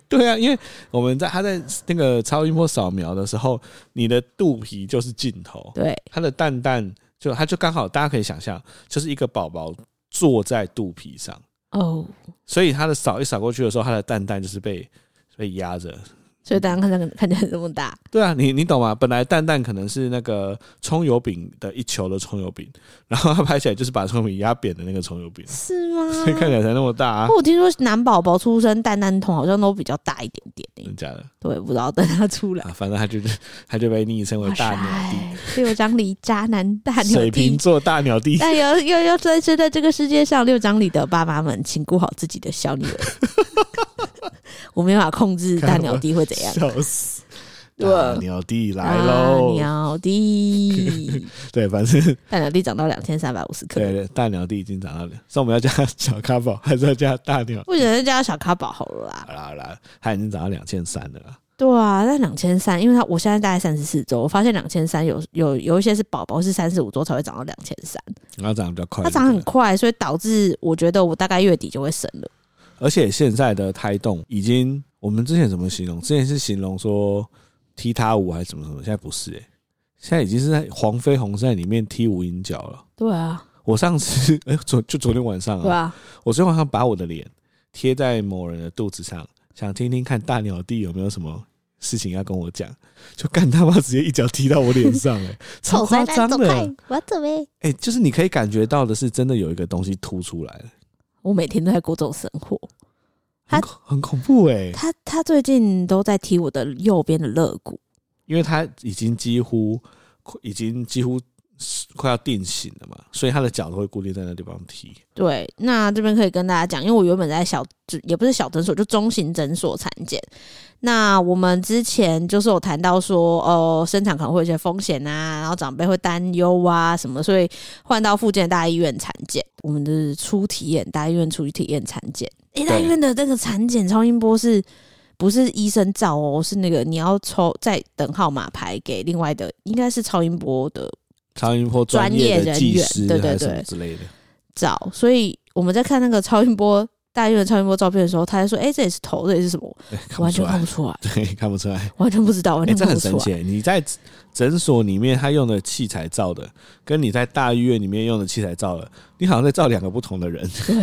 [SPEAKER 1] 对啊，因为我们在他在那个超音波扫描的时候，你的肚皮就是镜头，
[SPEAKER 2] 对
[SPEAKER 1] 它的蛋蛋就它就刚好，大家可以想象，就是一个宝宝坐在肚皮上，
[SPEAKER 2] 哦，
[SPEAKER 1] 所以它的扫一扫过去的时候，它的蛋蛋就是被被压着。
[SPEAKER 2] 所以蛋蛋看起来看起来这么大，
[SPEAKER 1] 对啊，你你懂吗？本来蛋蛋可能是那个葱油饼的一球的葱油饼， 然后它拍起来就是把葱油饼压扁的那个葱油饼，
[SPEAKER 2] 是哦吗？
[SPEAKER 1] 所以看起来才那么大啊
[SPEAKER 2] 不，！我听说男宝宝出生蛋蛋筒好像都比较大一点点诶、
[SPEAKER 1] 真假的
[SPEAKER 2] 对，不知道等他出来。
[SPEAKER 1] 啊，反正他就是他就被昵称为
[SPEAKER 2] 哇
[SPEAKER 1] 大鸟
[SPEAKER 2] 塞，六张里渣男 哎大
[SPEAKER 1] 弟，
[SPEAKER 2] 鸟
[SPEAKER 1] 水瓶
[SPEAKER 2] 弟。
[SPEAKER 1] 座大鸟弟。
[SPEAKER 2] 但有又又在生在这个世界上，六张里的爸妈们，请顾好自己的小女儿。 我没办法控制大鸟弟会怎样。
[SPEAKER 1] 笑死！
[SPEAKER 2] 对啊
[SPEAKER 1] 大鸟弟 来
[SPEAKER 2] 大
[SPEAKER 1] 喽！
[SPEAKER 2] 鸟弟，
[SPEAKER 1] 对，反正
[SPEAKER 2] 大鸟弟长到两千三百五十克。
[SPEAKER 1] 对对，大鸟弟已经长到了，所以我们要叫他小咖宝，还是要叫他大鸟？
[SPEAKER 2] 不觉得叫他小咖宝好了啦
[SPEAKER 1] 好。啦好啦，他已经长到两千三了啦。
[SPEAKER 2] 对啊，那两千三，因为他我现在大概三十四周，我发现两千三有有有一些是宝宝是三十五周才会长到两千三，
[SPEAKER 1] 然后长得比较快，啊
[SPEAKER 2] 它长很，快，所以导致我觉得我大概月底就会生了。
[SPEAKER 1] 而且现在的胎动已经，我们之前怎么形容？之前是形容说踢踏舞还是什么什么，现在不是哎、欸，现在已经是在黄飞鸿在里面踢无影脚了。
[SPEAKER 2] 对啊，
[SPEAKER 1] 我上次哎、昨就昨天晚上
[SPEAKER 2] 对
[SPEAKER 1] 啊，
[SPEAKER 2] 啊，
[SPEAKER 1] 我昨天晚上把我的脸贴在某人的肚子上，想听听看大鸟弟有没有什么事情要跟我讲，就干他妈直接一脚踢到我脸上、欸， 哎，超
[SPEAKER 3] 臭
[SPEAKER 1] 夸
[SPEAKER 3] 宅男
[SPEAKER 1] 张
[SPEAKER 3] 走
[SPEAKER 1] 的，
[SPEAKER 3] 开
[SPEAKER 1] 哎、！
[SPEAKER 3] 我要走呗。
[SPEAKER 1] 就是你可以感觉到的是，真的有一个东西凸出来了，
[SPEAKER 2] 我每天都在过这种生活。
[SPEAKER 1] 很
[SPEAKER 2] 他
[SPEAKER 1] 恐很恐怖哎、欸
[SPEAKER 2] 他他最近都在踢我的右边的肋骨，
[SPEAKER 1] 因为他已经几乎已经几乎快要定型了嘛，所以他的脚都会固定在那地方踢。
[SPEAKER 2] 对，那这边可以跟大家讲，因为我原本在小，就也不是小诊所，就中型诊所产检。那我们之前就是有谈到说，哦，生产可能会有一些风险啊，然后长辈会担忧啊什么，所以换到附近的大医院产检。我们就是初体验，大医院初体验产检。诶、大医院的那个产检超音波是不是医生照哦？是那个你要抽再等号码牌给另外的，应该是超音波的
[SPEAKER 1] 超音波专
[SPEAKER 2] 专业
[SPEAKER 1] 的
[SPEAKER 2] 人
[SPEAKER 1] 技
[SPEAKER 2] 员
[SPEAKER 1] 师
[SPEAKER 2] 对对
[SPEAKER 1] 还是什么
[SPEAKER 2] 对
[SPEAKER 1] 之类的，
[SPEAKER 2] 照，所以我们在看那个超音波大医院超音波照片的时候，他还说：“哎、这里是头，这里是什么？”
[SPEAKER 1] 哎看不
[SPEAKER 2] 完
[SPEAKER 1] 出
[SPEAKER 2] 全看
[SPEAKER 1] 来
[SPEAKER 2] 不，出来，
[SPEAKER 1] 对，看不出来。
[SPEAKER 2] 完全不知道，完
[SPEAKER 1] 哎、
[SPEAKER 2] 全
[SPEAKER 1] 这
[SPEAKER 2] 看
[SPEAKER 1] 很
[SPEAKER 2] 不出
[SPEAKER 1] 神
[SPEAKER 2] 来。
[SPEAKER 1] 奇！你在诊所里面他用的器材照的，跟你在大医院里面用的器材照的，你好像在照两个不同的人。
[SPEAKER 2] 对，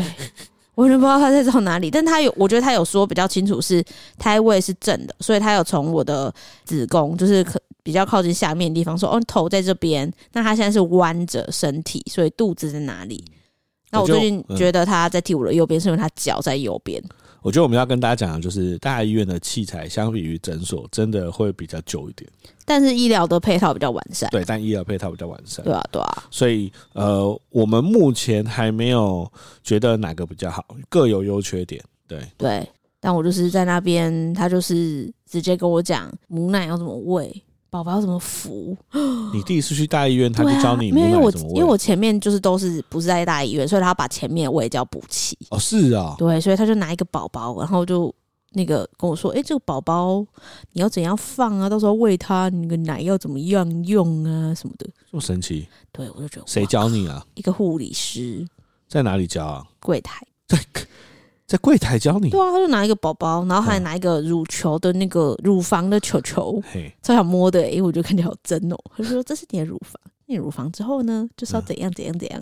[SPEAKER 2] 我完全不知道他在照哪里。但他有，我觉得他有说比较清楚是胎位是正的，所以他有从我的子宫，就是可比较靠近下面的地方说：“哦，头在这边。”那他现在是弯着身体，所以肚子在哪里？那
[SPEAKER 1] 嗯我
[SPEAKER 2] 我
[SPEAKER 1] 就
[SPEAKER 2] 最近
[SPEAKER 1] 嗯
[SPEAKER 2] 觉得他在踢我的右边，是因为他脚在右边。
[SPEAKER 1] 我觉得我们要跟大家讲的就是，大医院的器材相比于诊所，真的会比较久一点。
[SPEAKER 2] 但是医疗的配套比较完善，
[SPEAKER 1] 对，但医疗配套比较完善
[SPEAKER 2] 对。啊，对啊，
[SPEAKER 1] 所以，呃，我们目前还没有觉得哪个比较好，各有优缺点。对，
[SPEAKER 2] 对，但我就是在那边，他就是直接跟我讲母奶要怎么喂，宝宝要怎么扶。
[SPEAKER 1] 你第一次去大医院，他
[SPEAKER 2] 哦对
[SPEAKER 1] 就教
[SPEAKER 2] 啊，
[SPEAKER 1] 你母
[SPEAKER 2] 没有，因为
[SPEAKER 1] 奶
[SPEAKER 2] 我
[SPEAKER 1] 怎么
[SPEAKER 2] 因为我
[SPEAKER 1] 喂。
[SPEAKER 2] 前面就是都是不是在大医院，所以他把前面的喂教补齐。
[SPEAKER 1] 哦，是啊、
[SPEAKER 2] 对，所以他就拿一个宝宝，然后就。那个跟我说，哎、这个宝宝你要怎样放啊？到时候喂他，你的奶要怎么样用啊？什么的。
[SPEAKER 1] 这么神奇，
[SPEAKER 2] 对，我就觉得
[SPEAKER 1] 谁
[SPEAKER 2] 哇
[SPEAKER 1] 教你啊？
[SPEAKER 2] 一个护理师
[SPEAKER 1] 在哪里教啊？
[SPEAKER 2] 柜台，
[SPEAKER 1] 在柜台教你
[SPEAKER 2] 对。啊，他就拿一个宝宝，然后还
[SPEAKER 1] 嗯
[SPEAKER 2] 拿一个乳球的那个乳房的球球，
[SPEAKER 1] 嘿，
[SPEAKER 2] 超想摸的、欸，因
[SPEAKER 1] 嗯
[SPEAKER 2] 为我觉得看起来好真哦、他就说这是你的乳房，你的乳房之后呢，就是要怎样怎样怎样。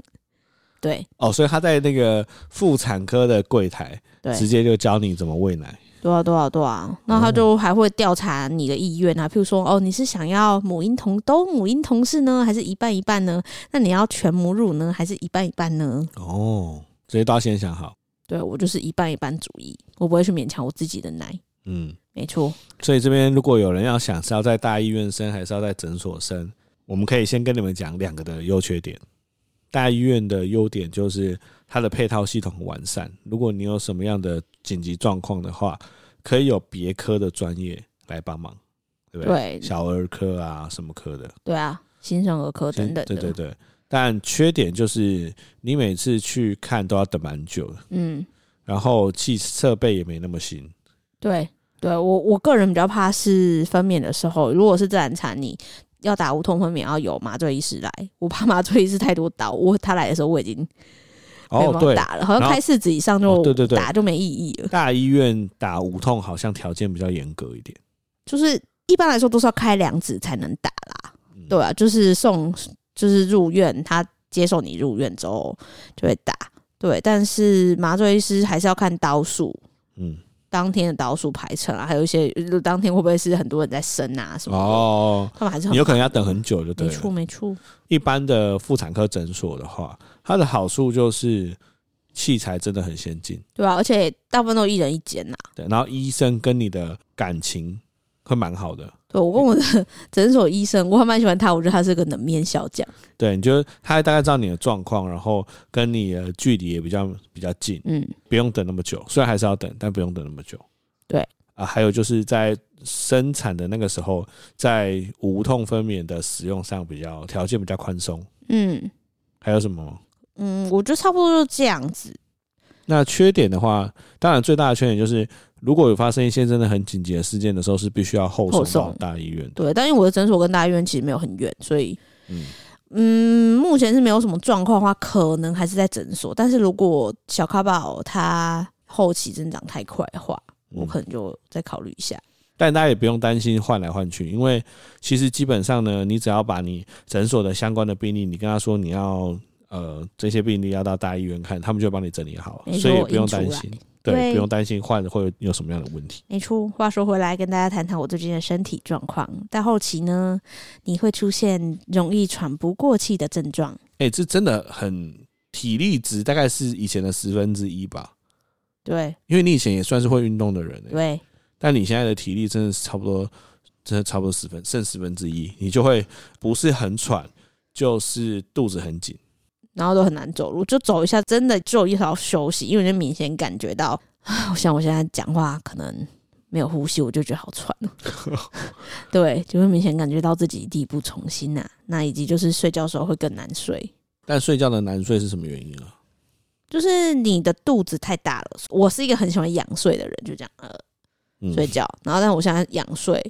[SPEAKER 2] 对
[SPEAKER 1] 哦，所以他在那个妇产科的柜台
[SPEAKER 2] 对，啊
[SPEAKER 1] 直接就嗯教你怎么喂奶。
[SPEAKER 2] 多少多少多少，那他就还会调查你的意愿啊，譬如说，哦，你是想要母婴同都母婴同事呢，还是一半一半呢？那你要全母乳呢，还是一半一半呢？
[SPEAKER 1] 哦，所以都要先想好。
[SPEAKER 2] 对我就是一半一半主义，我不会去勉强我自己的奶，
[SPEAKER 1] 嗯，
[SPEAKER 2] 没错，
[SPEAKER 1] 所以这边如果有人要想是要在大医院生还是要在诊所生，我们可以先跟你们讲两个的优缺点。大医院的优点就是它的配套系统很完善，如果你有什么样的紧急状况的话，可以有别科的专业来帮忙，对不对？
[SPEAKER 2] 对
[SPEAKER 1] 小儿科啊，什么科的，
[SPEAKER 2] 对啊，新生儿科等等的，
[SPEAKER 1] 对对对。但缺点就是你每次去看都要等蛮久的，
[SPEAKER 2] 嗯，
[SPEAKER 1] 然后器设备也没那么新。
[SPEAKER 2] 对对，我我个人比较怕是分娩的时候，如果是自然产，你要打无痛分娩要有麻醉医师来，我怕麻醉医师太多刀，我他来的时候我已经没
[SPEAKER 1] 哦
[SPEAKER 2] 办，法
[SPEAKER 1] 对，
[SPEAKER 2] 打了，好
[SPEAKER 1] 然
[SPEAKER 2] 像
[SPEAKER 1] 后
[SPEAKER 2] 开四指以上就、
[SPEAKER 1] 哦对对对
[SPEAKER 2] 打就没意义 了。
[SPEAKER 1] 大医院打无痛好像条件比较严格一点。
[SPEAKER 2] 就是一般来说都是要开两指才能打啦，
[SPEAKER 1] 嗯
[SPEAKER 2] 对啊，就是送就是入院，他接受你入院之后就会打，对，但是麻醉医师还是要看刀数。
[SPEAKER 1] 嗯，
[SPEAKER 2] 当天的刀数排程啊，还有一些呃当天会不会是很多人在生啊什么的，
[SPEAKER 1] 哦，
[SPEAKER 2] 他们还是很
[SPEAKER 1] 你有可能要等很久就对
[SPEAKER 2] 没错
[SPEAKER 1] 了。
[SPEAKER 2] 没错，
[SPEAKER 1] 一般的妇产科诊所的话，它的好处就是器材真的很先进，
[SPEAKER 2] 对啊，而且大部分都一人一间呐、啊
[SPEAKER 1] 对，然后医生跟你的感情会蛮好的。
[SPEAKER 2] 对我跟我的 诊所医生，我还蛮喜欢他，我觉得他是个冷面小将。
[SPEAKER 1] 对，你就他大概知道你的状况，然后跟你的距离也比较比较近，
[SPEAKER 2] 嗯，
[SPEAKER 1] 不用等那么久。虽然还是要等，但不用等那么久。
[SPEAKER 2] 对
[SPEAKER 1] 啊，还有就是在生产的那个时候，在无痛分娩的使用上比较条件比较宽松。
[SPEAKER 2] 嗯
[SPEAKER 1] 还有什么？
[SPEAKER 2] 嗯，我觉得差不多就这样子。
[SPEAKER 1] 那缺点的话，当然最大的缺点就是，如果有发生一些真的很紧急的事件的时候，是必须要后
[SPEAKER 2] 后
[SPEAKER 1] 送
[SPEAKER 2] 送
[SPEAKER 1] 到大医院的。
[SPEAKER 2] 对，但因为我的诊所跟大医院其实没有很远，所以
[SPEAKER 1] 嗯，
[SPEAKER 2] 嗯，目前是没有什么状况的话，可能还是在诊所。但是如果小卡宝它后期增长太快的话，我
[SPEAKER 1] 嗯
[SPEAKER 2] 可能就再考虑一下。
[SPEAKER 1] 但大家也不用担心换来换去，因为其实基本上呢，你只要把你诊所的相关的病例，你跟他说你要呃这些病例要到大医院看，他们就会帮你整理好
[SPEAKER 2] 没，错
[SPEAKER 1] 所以也不用担心
[SPEAKER 2] 印出来，
[SPEAKER 1] 对，
[SPEAKER 2] 对
[SPEAKER 1] 不用担心换会有什么样的问题。
[SPEAKER 2] 没错，话说回来，跟大家谈谈我最近的身体状况。到后期呢，你会出现容易喘不过气的症状。
[SPEAKER 1] 哎、这真的很体力值大概是以前的十分之一吧，
[SPEAKER 2] 对
[SPEAKER 1] 因为你以前也算是会运动的人、欸，
[SPEAKER 2] 对，
[SPEAKER 1] 但你现在的体力真的是差不多，真的差不多十分，剩十分之一，你就会不是很喘，就是肚子很紧。
[SPEAKER 2] 然后都很难走路，就走一下，真的就一条休息，因为我就明显感觉到，啊我想我现在讲话可能没有呼吸，我就觉得好喘哦。对，就会明显感觉到自己力不从心呐、那以及就是睡觉的时候会更难睡，
[SPEAKER 1] 但睡觉的难睡是什么原因啊？
[SPEAKER 2] 就是你的肚子太大了。我是一个很喜欢仰睡的人，就这样呃
[SPEAKER 1] 嗯
[SPEAKER 2] 睡觉，然后但我现在仰睡，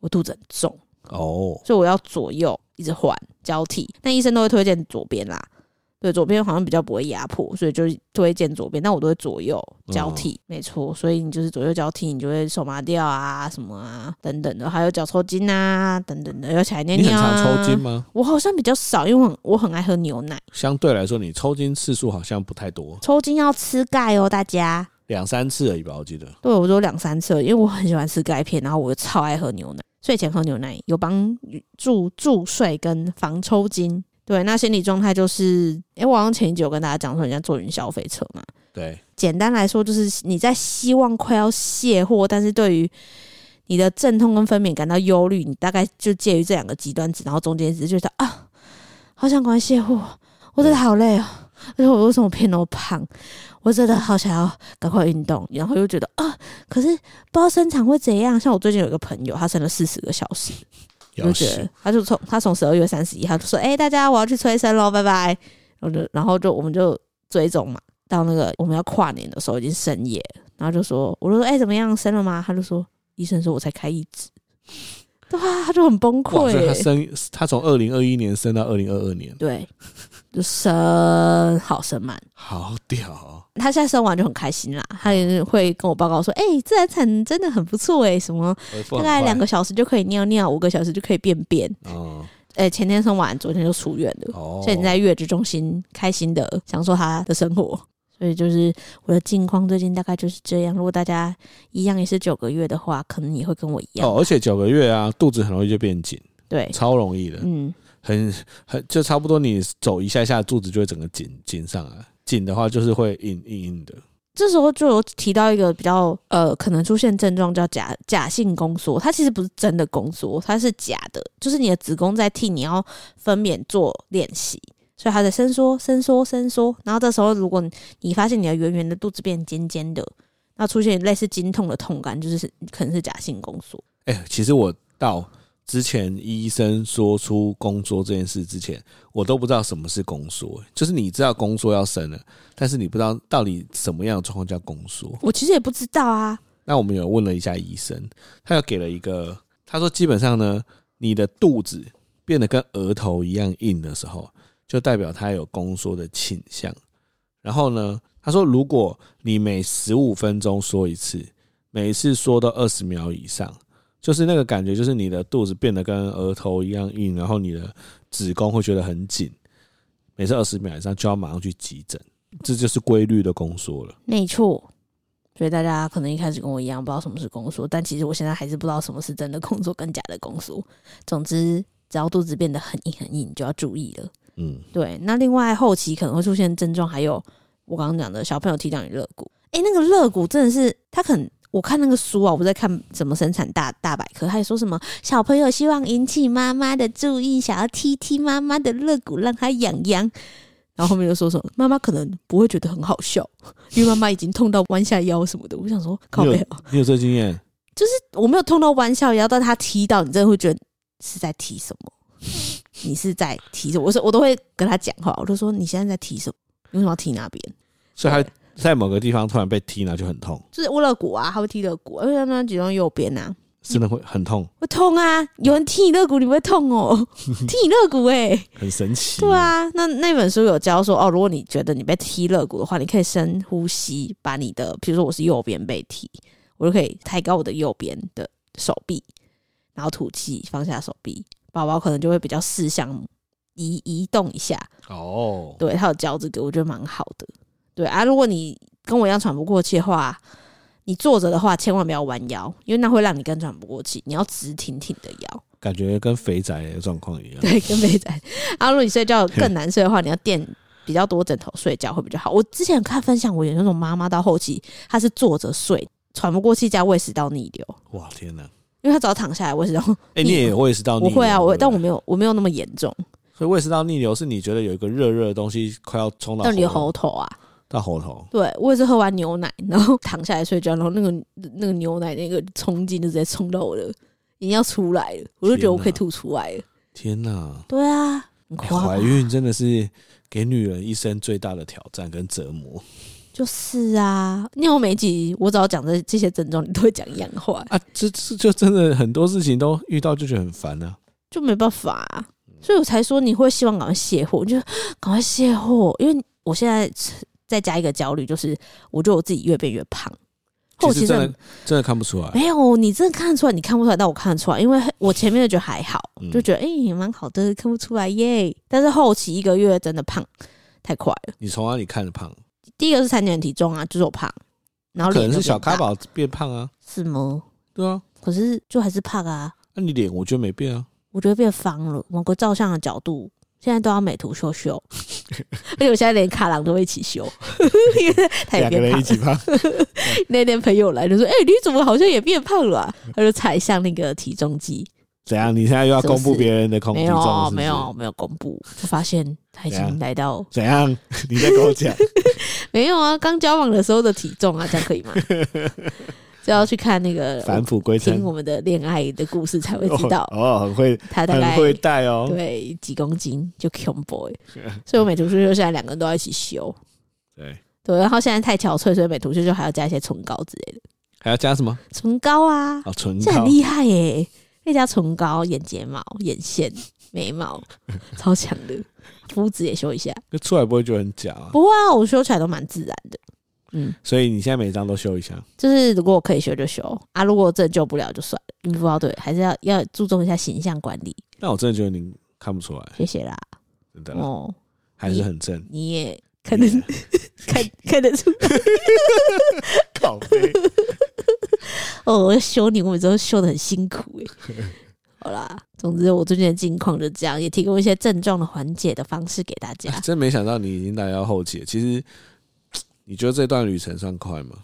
[SPEAKER 2] 我肚子很重，
[SPEAKER 1] 哦，
[SPEAKER 2] 所以我要左右一直换交替。那医生都会推荐左边啦，对，左边好像比较不会压迫，所以就是推荐左边。但我都会左右交替，
[SPEAKER 1] 嗯
[SPEAKER 2] 没错。所以你就是左右交替，你就会手麻掉啊，什么啊，等等的，还有脚抽筋啊，等等的，要起来尿
[SPEAKER 1] 你很
[SPEAKER 2] 尿、啊。
[SPEAKER 1] 常抽筋？吗？
[SPEAKER 2] 我好像比较少，因为我很我很爱喝牛奶。
[SPEAKER 1] 相对来说，你抽筋次数好像不太多，
[SPEAKER 2] 抽筋要吃钙哦，大家。
[SPEAKER 1] 两三次而已吧，我记得。
[SPEAKER 2] 对我都两三次了，因为我很喜欢吃钙片，然后我又超爱喝牛奶，睡前喝牛奶有帮助助睡跟防抽筋。对，那心理状态就是，诶、我好像前一集有跟大家讲说，人家坐云霄飞车嘛。
[SPEAKER 1] 对，
[SPEAKER 2] 简单来说，就是你在希望快要卸货，但是对于你的阵痛跟分娩感到忧虑，你大概就介于这两个极端值，然后中间值就觉得啊，好想赶快卸货，我真的好累哦，而且我为什么变那么胖？我真的好想要赶快运动，然后又觉得啊，可是不知道生产会怎样。像我最近有一个朋友，他生了四十个小时，我
[SPEAKER 1] 要
[SPEAKER 2] 就觉
[SPEAKER 1] 死
[SPEAKER 2] 得他就从他从十二月三十一，他就说：“哎、大家我要去催生喽，拜拜。”然后就然后就我们就追踪嘛，到那个我们要跨年的时候已经深夜了，然后就说我就说：“哎、怎么样，生了吗？”他就说：“医生说我才开一 指。”对啊，他就很
[SPEAKER 1] 哇！
[SPEAKER 2] 崩
[SPEAKER 1] 所
[SPEAKER 2] 溃、
[SPEAKER 1] 以他
[SPEAKER 2] 欸。
[SPEAKER 1] 生，他从二零二一年生到二零二二年，
[SPEAKER 2] 对，就生好生满。
[SPEAKER 1] 好屌哦、
[SPEAKER 2] 他现在生完就很开心啦，他也是会跟我报告说：“哎、自然产真的很不错哎、什么
[SPEAKER 1] 回复
[SPEAKER 2] 大
[SPEAKER 1] 很
[SPEAKER 2] 概
[SPEAKER 1] 快
[SPEAKER 2] 两个小时就可以尿尿，五个小时就可以便便。
[SPEAKER 1] 哦，
[SPEAKER 2] 哎、呃、前天生完，昨天就出院了，
[SPEAKER 1] 哦
[SPEAKER 2] 所以你在月子中心开心的享受他的生活。所以就是我的近况，最近大概就是这样。如果大家一样也是九个月的话，可能也会跟我一样。
[SPEAKER 1] 哦，而且九个月啊，肚子很容易就变紧，
[SPEAKER 2] 对，
[SPEAKER 1] 超容易的，
[SPEAKER 2] 嗯，
[SPEAKER 1] 很很就差不多你走一下下，肚子就会整个紧紧上来。紧的话就是会硬硬硬的，
[SPEAKER 2] 这时候就有提到一个比较呃，可能出现症状叫假假性宫缩，它其实不是真的宫缩，它是假的，就是你的子宫在替你要分娩做练习，所以它在伸缩、伸缩、伸缩。然后这时候，如果你你发现你的圆圆的肚子变尖尖的，那出现类似经痛的痛感，就是可能是假性宫缩。
[SPEAKER 1] 哎、其实我到之前医生说出宫缩这件事之前，我都不知道什么是宫缩、就是你知道宫缩要生了，但是你不知道到底什么样的状况叫宫缩。
[SPEAKER 2] 我其实也不知道啊，
[SPEAKER 1] 那我们有问了一下医生，他又给了一个，他说基本上呢，你的肚子变得跟额头一样硬的时候，就代表它有宫缩的倾向。然后呢，他说如果你每十五分钟缩一次，每一次缩到二十秒以上，就是那个感觉，就是你的肚子变得跟额头一样硬，然后你的子宫会觉得很紧，每次二十秒以上就要马上去急诊，这就是规律的宫缩了。
[SPEAKER 2] 没错。所以大家可能一开始跟我一样不知道什么是宫缩，但其实我现在还是不知道什么是真的宫缩跟假的宫缩。总之，只要肚子变得很硬很硬，你就要注意了。
[SPEAKER 1] 嗯，
[SPEAKER 2] 对，那另外后期可能会出现症状，还有我刚刚讲的小朋友提到你肋骨，诶，那个肋骨真的是他可能。我看那个书啊，我不是在看什么生产大大百科，他也说什么小朋友希望引起妈妈的注意，想要踢踢妈妈的肋骨，让她痒痒。然后后面就说什么妈妈可能不会觉得很好笑，因为妈妈已经痛到弯下腰什么的。我想说靠背、哦，
[SPEAKER 1] 你有这经验？
[SPEAKER 2] 我没有痛到弯下腰，但他踢到你，真的会觉得是在踢什么？你是在踢什么？我说我都会跟他讲话，我就说你现在在踢什么？你为什么要踢那边？
[SPEAKER 1] 所以他在某个地方突然被踢呢，就很痛，
[SPEAKER 2] 就是乌勒骨啊，他会踢肋骨，因为那几张右边啊，
[SPEAKER 1] 真的会很痛，
[SPEAKER 2] 会痛啊！有人踢你肋骨，你不会痛哦，踢你肋骨哎、
[SPEAKER 1] 很神奇。
[SPEAKER 2] 对，啊，那那本书有教说哦，如果你觉得你被踢肋骨的话，你可以深呼吸，把你的，比如说我是右边被踢，我就可以抬高我的右边的手臂，然后吐气，放下手臂，宝宝可能就会比较四项移移动一下。
[SPEAKER 1] 哦，
[SPEAKER 2] 对他有教这个，我觉得蛮好的。对啊，如果你跟我一样喘不过气的话，你坐着的话千万不要弯腰，因为那会让你更喘不过气。你要直挺挺的腰。
[SPEAKER 1] 感觉跟肥宅的状况一样。
[SPEAKER 2] 对，跟被仔。啊，如果你睡觉更难睡的话，你要垫比较多枕头睡觉会比较好。我之前看分享，我有那种妈妈到后期她是坐着睡，喘不过气加胃食道逆流，
[SPEAKER 1] 哇，天哪！
[SPEAKER 2] 因为她只要躺下来胃食道。
[SPEAKER 1] 哎，你也胃食 道逆
[SPEAKER 2] 我
[SPEAKER 1] 流？
[SPEAKER 2] 会啊，我
[SPEAKER 1] 对
[SPEAKER 2] 但
[SPEAKER 1] 不
[SPEAKER 2] 我
[SPEAKER 1] 对
[SPEAKER 2] 没有我没有那么严重，
[SPEAKER 1] 所以胃食道逆流是你觉得有一个热热的东西快要冲到
[SPEAKER 2] 但你的
[SPEAKER 1] 喉
[SPEAKER 2] 喉
[SPEAKER 1] 咙
[SPEAKER 2] 头啊，
[SPEAKER 1] 到喉头，
[SPEAKER 2] 对我也是喝完牛奶，然后 躺下来睡觉，然后那个那个牛奶那个冲劲就直接冲到我的，已经要出来了，我就觉得我可以
[SPEAKER 1] 天哪
[SPEAKER 2] 吐出来了。
[SPEAKER 1] 天哪！
[SPEAKER 2] 对啊，很
[SPEAKER 1] 哎
[SPEAKER 2] 夸
[SPEAKER 1] 怀
[SPEAKER 2] 张。
[SPEAKER 1] 孕真的是给女人一生最大的挑战跟折磨
[SPEAKER 2] 就是啊，因为我每集我只要讲这这些症状，你都会讲一样的话，
[SPEAKER 1] 啊！这这就真的很多事情都遇到就觉得很烦啊。
[SPEAKER 2] 就没办法、啊，
[SPEAKER 1] 嗯
[SPEAKER 2] 所以我才说你会希望赶快卸货，你就 赶快卸货，因为我现在再加一个焦虑，就是我觉得我自己越变越胖，后
[SPEAKER 1] 其
[SPEAKER 2] 期
[SPEAKER 1] 实真
[SPEAKER 2] 真的
[SPEAKER 1] 的真的看不出来，
[SPEAKER 2] 没有，你真的看得出来，你看不出来，但我看得出来，因为我前面就觉得还好，
[SPEAKER 1] 嗯
[SPEAKER 2] 就觉得哎、也蛮好的，看不出来耶。但是后期一个月真的胖太快了，
[SPEAKER 1] 你从哪里看着胖？
[SPEAKER 2] 第一个是产检体重啊，就是我胖，然后
[SPEAKER 1] 可
[SPEAKER 2] 脸
[SPEAKER 1] 能
[SPEAKER 2] 就是
[SPEAKER 1] 小
[SPEAKER 2] 变
[SPEAKER 1] 咖
[SPEAKER 2] 大
[SPEAKER 1] 宝变胖啊，
[SPEAKER 2] 是吗？
[SPEAKER 1] 对啊，
[SPEAKER 2] 可是就还是胖啊，
[SPEAKER 1] 那你脸我觉得没变啊。
[SPEAKER 2] 我觉得变方了，某个照相的角度。现在都要美图秀秀， 而且我现在连卡郎都会一起修， 因为他也
[SPEAKER 1] 两个
[SPEAKER 2] 变
[SPEAKER 1] 人
[SPEAKER 2] 胖
[SPEAKER 1] 一
[SPEAKER 2] 了。
[SPEAKER 1] 起胖，
[SPEAKER 2] 那天朋友来就说：“哎、你怎么好像也变胖了、啊？”他就踩向那个体重机，
[SPEAKER 1] 怎样？你现在又要公布别人的空
[SPEAKER 2] 没
[SPEAKER 1] 体重是不
[SPEAKER 2] 有
[SPEAKER 1] 是
[SPEAKER 2] 没有？没有公布，就发现他已
[SPEAKER 1] 怎
[SPEAKER 2] 经
[SPEAKER 1] 样
[SPEAKER 2] 来到
[SPEAKER 1] 怎样？ 你在跟我 讲？
[SPEAKER 2] 没有啊，刚交往的时候的体重啊，这样可以吗？ 就要去看那个
[SPEAKER 1] 返璞归真
[SPEAKER 2] 听，我们的恋爱的故事才会知道
[SPEAKER 1] 哦，哦很会，
[SPEAKER 2] 他大
[SPEAKER 1] 很
[SPEAKER 2] 概
[SPEAKER 1] 会带哦。
[SPEAKER 2] 对几公斤就 c o m boy，所以我美图秀秀现在两个人都要一起修，
[SPEAKER 1] 对，
[SPEAKER 2] 对，然后现在太憔悴，所以美图秀秀还要加一些唇膏之类的，
[SPEAKER 1] 还要加什么？
[SPEAKER 2] 唇膏啊，
[SPEAKER 1] 哦，唇
[SPEAKER 2] 这
[SPEAKER 1] 膏
[SPEAKER 2] 很。厉害耶、可以加唇膏、眼睫毛、眼线、眉毛，超强的，肤质也修一下。
[SPEAKER 1] 就出来不会觉得很假啊？
[SPEAKER 2] 不会啊，我修起来都蛮自然的。嗯，
[SPEAKER 1] 所以你现在每张都修一下。
[SPEAKER 2] 就是如果我可以修就修啊，如果真的救不了就算了。孕妇要对，还是要要注重一下形象管理。
[SPEAKER 1] 但我真的觉得你看不出来，
[SPEAKER 2] 谢谢啦。
[SPEAKER 1] 真的啦
[SPEAKER 2] 哦，
[SPEAKER 1] 还是很 正。
[SPEAKER 2] 你也看得 看看得出
[SPEAKER 1] 靠背
[SPEAKER 2] 哦，我要修你，我每周修的很辛 苦哎、好啦，总之我最近的近况就这样，也提供一些症状的缓解的方式给大 家。
[SPEAKER 1] 真没想到你已经来到后期了。其实，你觉得这段旅程算快吗？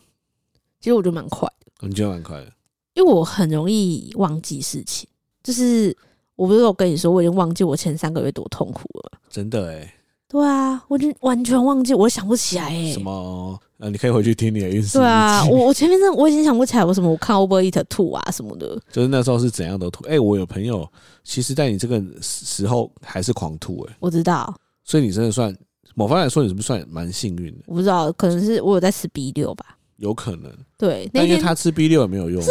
[SPEAKER 2] 其实我觉得蛮快的，
[SPEAKER 1] 你觉得蛮快的。
[SPEAKER 2] 因为我很容易忘记事情，就是我不是有跟你说我已经忘记我前三个月多痛苦了吗？
[SPEAKER 1] 真的哎、
[SPEAKER 2] 对啊，我已经完全忘记，我想不起来哎、
[SPEAKER 1] 什么？呃，你可以回去听你的运势。
[SPEAKER 2] 对啊，我我前面真的我已经想不起来我什么，我看 Uber Eat 吐啊什么的，
[SPEAKER 1] 就是那时候是怎样的吐？哎、我有朋友，其实在你这个时候还是狂吐哎、
[SPEAKER 2] 我知道，
[SPEAKER 1] 所以你真的算某方面来说，你是不是算蛮幸运的？
[SPEAKER 2] 我不知道，可能是我有在吃 B 六吧。
[SPEAKER 1] 有可能，
[SPEAKER 2] 对，那
[SPEAKER 1] 但因为
[SPEAKER 2] 天
[SPEAKER 1] 他吃 B 六也没有用、啊，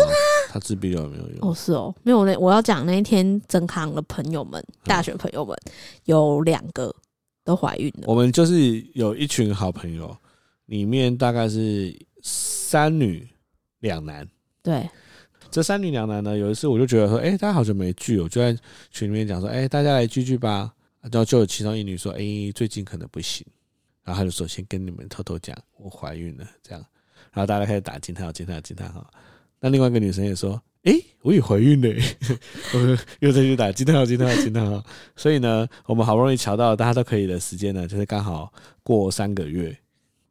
[SPEAKER 1] 他吃 B 六也没有用。
[SPEAKER 2] 哦，是哦，没有那我要讲那一天曾康的朋友们，
[SPEAKER 1] 嗯
[SPEAKER 2] 大学朋友们有两个都怀孕了，
[SPEAKER 1] 我们就是有一群好朋友，里面大概是三女两男。
[SPEAKER 2] 对，
[SPEAKER 1] 这三女两男呢，有一次我就觉得说，哎、大家好久没聚，我就在群里面讲说，哎、大家来聚聚吧。然后就有其中一女说，哎、最近可能不行。然后她就说，先跟你们偷偷讲，我怀孕了，这样。然后大家开始打金她，金她，金她哈。那另外一个女生也说，哎、我也怀孕了，我就又再去打金她，金她，金她哈。所以呢，我们好不容易瞧到大家都可以的时间呢，就是刚好过三个月，比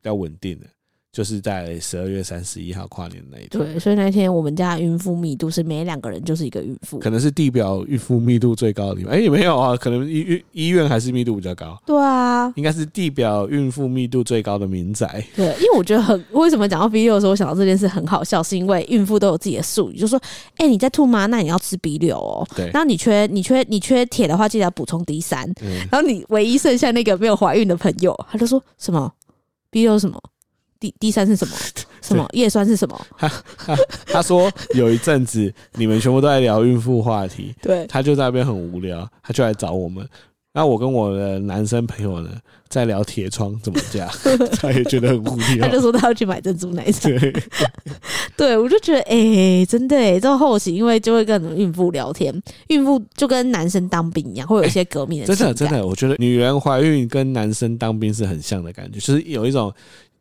[SPEAKER 1] 较稳定的，就是在十二月三十一号跨年那一天。
[SPEAKER 2] 对，所以那天我们家的孕妇密度是每两个人就是一个孕妇，
[SPEAKER 1] 可能是地表孕妇密度最高的地方。哎、也没有啊，可能医医医院还是密度比较高，
[SPEAKER 2] 对啊，
[SPEAKER 1] 应该是地表孕妇密度最高的民宅。
[SPEAKER 2] 对，因为我觉得很为什么讲到 B 六的时候，我想到这件事很好笑，是因为孕妇都有自己的术语，就说，哎、你在吐吗？那你要吃 B 六哦，
[SPEAKER 1] 对
[SPEAKER 2] 然后你缺你缺你缺铁的话，记得要补充 D 三，
[SPEAKER 1] 嗯，
[SPEAKER 2] 然后你唯一剩下那个没有怀孕的朋友，他就说什么 B 六什么 D D 三是 什么什么叶酸是什么？
[SPEAKER 1] 他说有一阵子你们全部都在聊孕妇话题，
[SPEAKER 2] 对
[SPEAKER 1] 他就在那边很无聊，他就来找我们。那我跟我的男生朋友呢，在聊铁窗怎么 架，他也觉得很无
[SPEAKER 2] 他就
[SPEAKER 1] 聊。
[SPEAKER 2] 说他要去买珍珠奶 茶。
[SPEAKER 1] 对，
[SPEAKER 2] 对，我就觉得，哎、真的、欸，这后期因为就会跟孕妇聊天，孕妇就跟男生当兵一样，会有一些革命的、
[SPEAKER 1] 真
[SPEAKER 2] 情
[SPEAKER 1] 的
[SPEAKER 2] 感
[SPEAKER 1] 真的，我觉得女人怀孕跟男生当兵是很像的感觉，就是有一种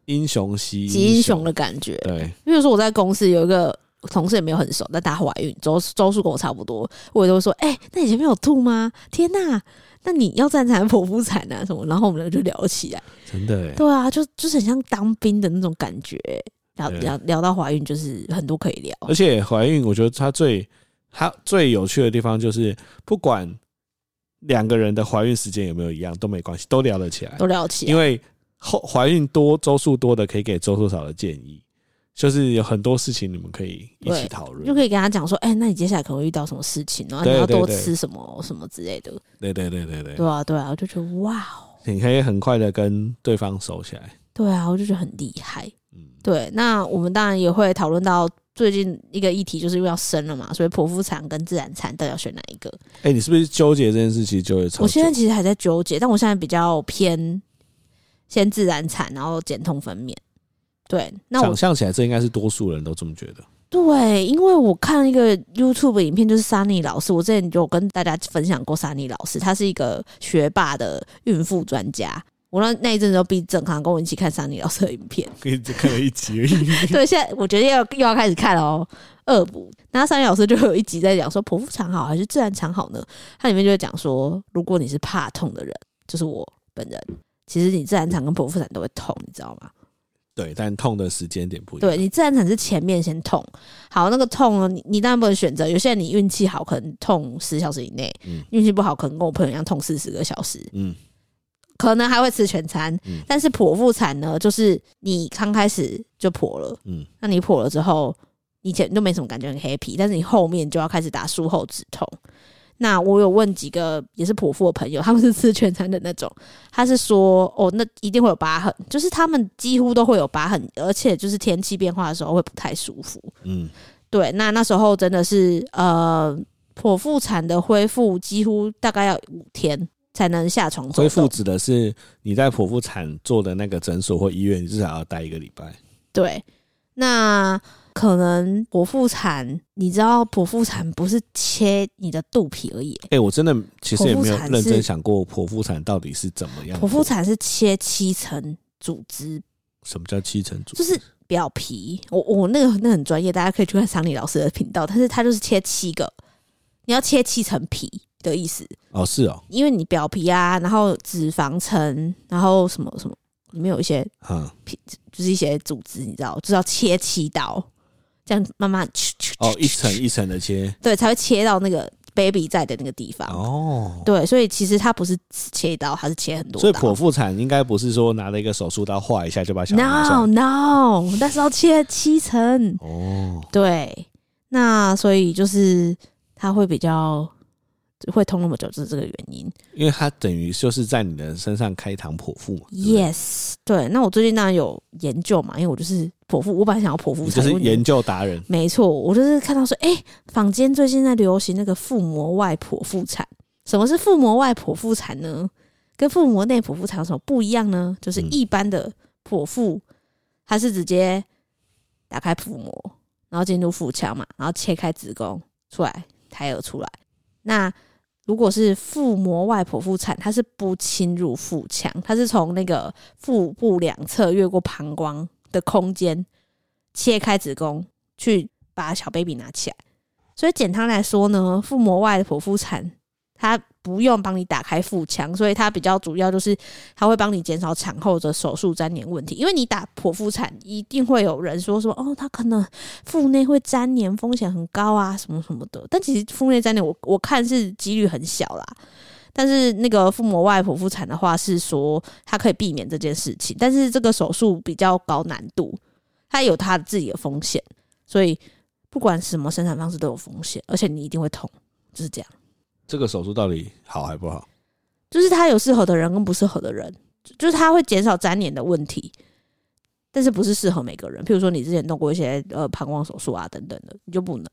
[SPEAKER 1] 英雄惜
[SPEAKER 2] 极英雄的感觉。
[SPEAKER 1] 对，
[SPEAKER 2] 比如说我在公司有一个同事也没有很熟，但她怀孕，周周数跟我差不多，我也都会说，哎、那你前面有吐吗？天呐，那你要站产剖腹产啊什么？然后我们两个就聊起来，
[SPEAKER 1] 真的哎。
[SPEAKER 2] 对啊，就就是很像当兵的那种感觉、欸聊
[SPEAKER 1] 对
[SPEAKER 2] 聊聊到怀孕，就是很多可以聊。
[SPEAKER 1] 而且怀孕，我觉得它最它最有趣的地方就是，不管两个人的怀孕时间有没有一样都没关系，都聊得起来。
[SPEAKER 2] 都聊起来
[SPEAKER 1] 因，为后怀孕多周数多的可以给周数少的建议，就是有很多事情你们可以一起
[SPEAKER 2] 对
[SPEAKER 1] 讨
[SPEAKER 2] 你就
[SPEAKER 1] 论。
[SPEAKER 2] 可以跟他讲说，哎、那你接下来可能会遇到什么事情，然后你
[SPEAKER 1] 对
[SPEAKER 2] 要
[SPEAKER 1] 对
[SPEAKER 2] 多
[SPEAKER 1] 对
[SPEAKER 2] 吃什么什么之类的，
[SPEAKER 1] 对对对对对
[SPEAKER 2] 对，啊，对啊，我就觉得哇哦，
[SPEAKER 1] 你可以很快的跟对方熟起来。
[SPEAKER 2] 对啊，我就觉得很厉害。
[SPEAKER 1] 嗯，
[SPEAKER 2] 对，那我们当然也会讨论到最近一个议题，就是因为要生了嘛，所以剖腹产跟自然产到底要选哪一个？
[SPEAKER 1] 哎，你是不是纠结这件事？其实纠结超久。
[SPEAKER 2] 我现在其实还在纠结，但我现在比较偏先自然产，然后减痛分娩。对，那我
[SPEAKER 1] 想象起来，这应该是多数人都这么觉 得。
[SPEAKER 2] 对，因为我看了一个 YouTube 影片，就是莎妮老师，我之前有跟大家分享过莎妮老师，她是一个学霸的孕妇专家。我那那一阵子都逼郑康跟我一起看莎妮老师的影片，
[SPEAKER 1] 可以只看了一集而 已。
[SPEAKER 2] 对，现在我觉得要又要开始看了哦，恶补。然后三位老师就有一集在讲说剖腹产好还是自然产好呢？它里面就会讲说，如果你是怕痛的人，就是我本人，其实你自然产跟剖腹产都会痛，你知道吗？
[SPEAKER 1] 对，但痛的时间点不一样。
[SPEAKER 2] 对你自然产是前面先痛，好，那个痛呢，你你当然不能选择。有些人你运气好，可能痛十小时以内；
[SPEAKER 1] 嗯
[SPEAKER 2] 运气不好，可能跟我朋友一样痛四十个小时。
[SPEAKER 1] 嗯，
[SPEAKER 2] 可能还会吃全餐，
[SPEAKER 1] 嗯
[SPEAKER 2] 但是剖腹产呢，就是你刚开始就剖了，
[SPEAKER 1] 嗯
[SPEAKER 2] 那你剖了之后，你前都没什么感觉，很 happy，但是你后面就要开始打术后止痛。那我有问几个也是剖腹的朋友，他们是吃全餐的那种，他是说哦，那一定会有疤痕，就是他们几乎都会有疤痕，而且就是天气变化的时候会不太舒服。
[SPEAKER 1] 嗯，
[SPEAKER 2] 对，那那时候真的是呃，剖腹产的恢复几乎大概要五天才能下床走
[SPEAKER 1] 恢复
[SPEAKER 2] 动
[SPEAKER 1] 指的是你在剖腹产做的那个诊所或医院，你至少要待一个礼拜。
[SPEAKER 2] 对，那可能剖腹产，你知道剖腹产不是切你的肚皮而已，
[SPEAKER 1] 哎、我真的其实也没有
[SPEAKER 2] 剖腹产是
[SPEAKER 1] 认真想过剖腹产到底是怎么样。
[SPEAKER 2] 剖腹产是切七层组织，
[SPEAKER 1] 什么叫七成组？
[SPEAKER 2] 就是表皮。我我那个那很专业，大家可以去看常理老师的频道，但是他就是切七个，你要切七层皮的意思，
[SPEAKER 1] 哦，是哦，
[SPEAKER 2] 因为你表皮啊，然后脂肪层，然后什么什么，里面有一些
[SPEAKER 1] 嗯，
[SPEAKER 2] 就是一些组织，你知道，就是要切七刀，这样慢慢切切
[SPEAKER 1] 哦，一层一层的切，
[SPEAKER 2] 对，才会切到那个 baby 在的那个地方。
[SPEAKER 1] 哦，
[SPEAKER 2] 对，所以其实它不是只切一刀，它是切很多刀。
[SPEAKER 1] 所以剖腹产应该不是说拿了一个手术刀划一下就把小孩拿上
[SPEAKER 2] no no，那时候切七层。
[SPEAKER 1] 哦，
[SPEAKER 2] 对，那所以就是它会比较会痛那么久，就是这个原因。
[SPEAKER 1] 因为它等于就是在你的身上开膛剖腹嘛，对不对
[SPEAKER 2] Yes，对。那我最近当然有研究嘛，因为我就是剖腹，我本来想要剖腹
[SPEAKER 1] 你就
[SPEAKER 2] 产，因
[SPEAKER 1] 是
[SPEAKER 2] 为
[SPEAKER 1] 研究达人
[SPEAKER 2] 没错，我就是看到说，哎、坊间最近在流行那个腹膜外剖腹产。什么是腹膜外剖腹产呢？跟腹膜内剖腹产有什么不一样呢？就是
[SPEAKER 1] 嗯
[SPEAKER 2] 一般的剖腹，它是直接打开腹膜，然后进入腹腔嘛，然后切开子宫出来，胎儿出来。那如果是腹膜外剖腹产，它是不侵入腹腔，它是从那个腹部两侧越过膀胱的空间切开子宫，去把小 baby 拿起来。所以简单来说呢，腹膜外的剖腹产，它不用帮你打开腹腔，所以它比较主要就是它会帮你减少产后的手术粘连问题。因为你打剖腹产，一定会有人说说哦，它可能腹内会粘连，风险很高啊，什么什么的。但其实腹内粘连我，我看是几率很小啦。但是那个腹膜外剖腹产的话，是说它可以避免这件事情，但是这个手术比较高难度，它有它自己的风险。所以不管什么生产方式都有风险，而且你一定会痛，就是这样。
[SPEAKER 1] 这个手术到底好还不好？
[SPEAKER 2] 就是它有适合的人跟不适合的人，就就是它会减少粘连的问题，但是不是适合每个人。譬如说你之前动过一些呃膀胱手术啊等等的，你就不能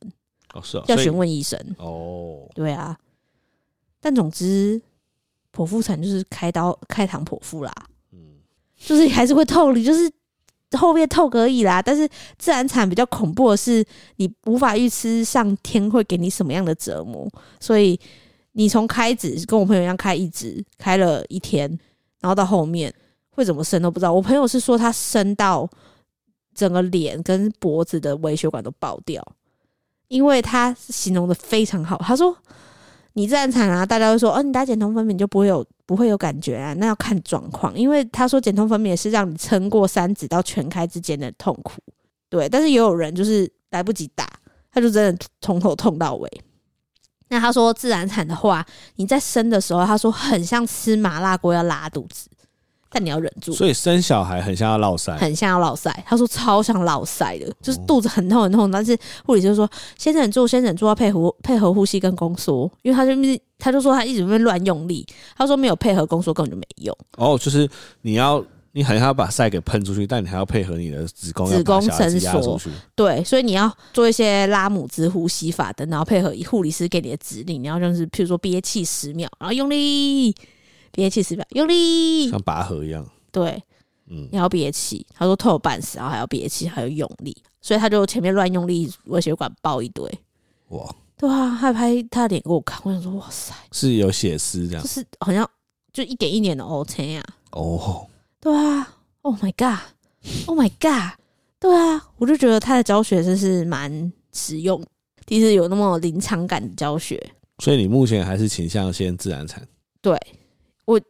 [SPEAKER 1] 哦，是哦，
[SPEAKER 2] 要
[SPEAKER 1] 所以
[SPEAKER 2] 询问医生。
[SPEAKER 1] 哦，
[SPEAKER 2] 对啊，但总之剖腹产就是开刀开膛剖腹啦，
[SPEAKER 1] 嗯，
[SPEAKER 2] 就是还是会痛，你就是后面痛而已啦。但是自然产比较恐怖的是，你无法预知上天会给你什么样的折磨，所以你从开指跟我朋友一样开一指，开了一天，然后到后面会怎么生都不知道。我朋友是说他生到整个脸跟脖子的微血管都爆掉，因为他形容的非常好，他说。你自然产啊，大家会说，哦，你打减痛分娩就不会有不会有感觉啊，那要看状况，因为他说减痛分娩是让你撑过三指到全开之间的痛苦，对，但是也有人就是来不及打，他就真的从头痛到尾。那他说自然产的话，你在生的时候，他说很像吃麻辣锅要拉肚子，但你要忍住，
[SPEAKER 1] 所以生小孩很像要落腮，
[SPEAKER 2] 很像要落塞。他说超像落塞的，就是肚子很痛很痛，但是护理就说先忍住，先忍住，要配合配合呼吸跟宫缩，因为他就是他就说他一直在那边乱用力，他说没有配合宫缩根本就没用。
[SPEAKER 1] 哦，就是你要你很要把塞给喷出去，但你还要配合你的子宫要把
[SPEAKER 2] 子宫
[SPEAKER 1] 小孩子
[SPEAKER 2] 伸
[SPEAKER 1] 压
[SPEAKER 2] 缩
[SPEAKER 1] 出去，
[SPEAKER 2] 对，所以你要做一些拉姆兹呼吸法等，然后配合护理师给你的指令，你要就是譬如说憋气十秒，然后用力憋气十秒，用力
[SPEAKER 1] 像，拔河一样，
[SPEAKER 2] 对，
[SPEAKER 1] 嗯
[SPEAKER 2] 你，要憋气。他说痛有半死，然后还要憋气，还要用力，所以他就前面乱用力，微血管爆一堆。
[SPEAKER 1] 哇，
[SPEAKER 2] 对啊，他还拍他的脸给我看，我想说哇 塞，
[SPEAKER 1] 是有血丝这样
[SPEAKER 2] 就，是好像就一点一点的 O K 啊，
[SPEAKER 1] 哦，
[SPEAKER 2] 对啊，Oh my god，Oh my god，对啊，我就觉得他的教学真是蛮实用，第一次有那么临场感的教学。
[SPEAKER 1] 所以你目前还是倾向先自然产，
[SPEAKER 2] 对我，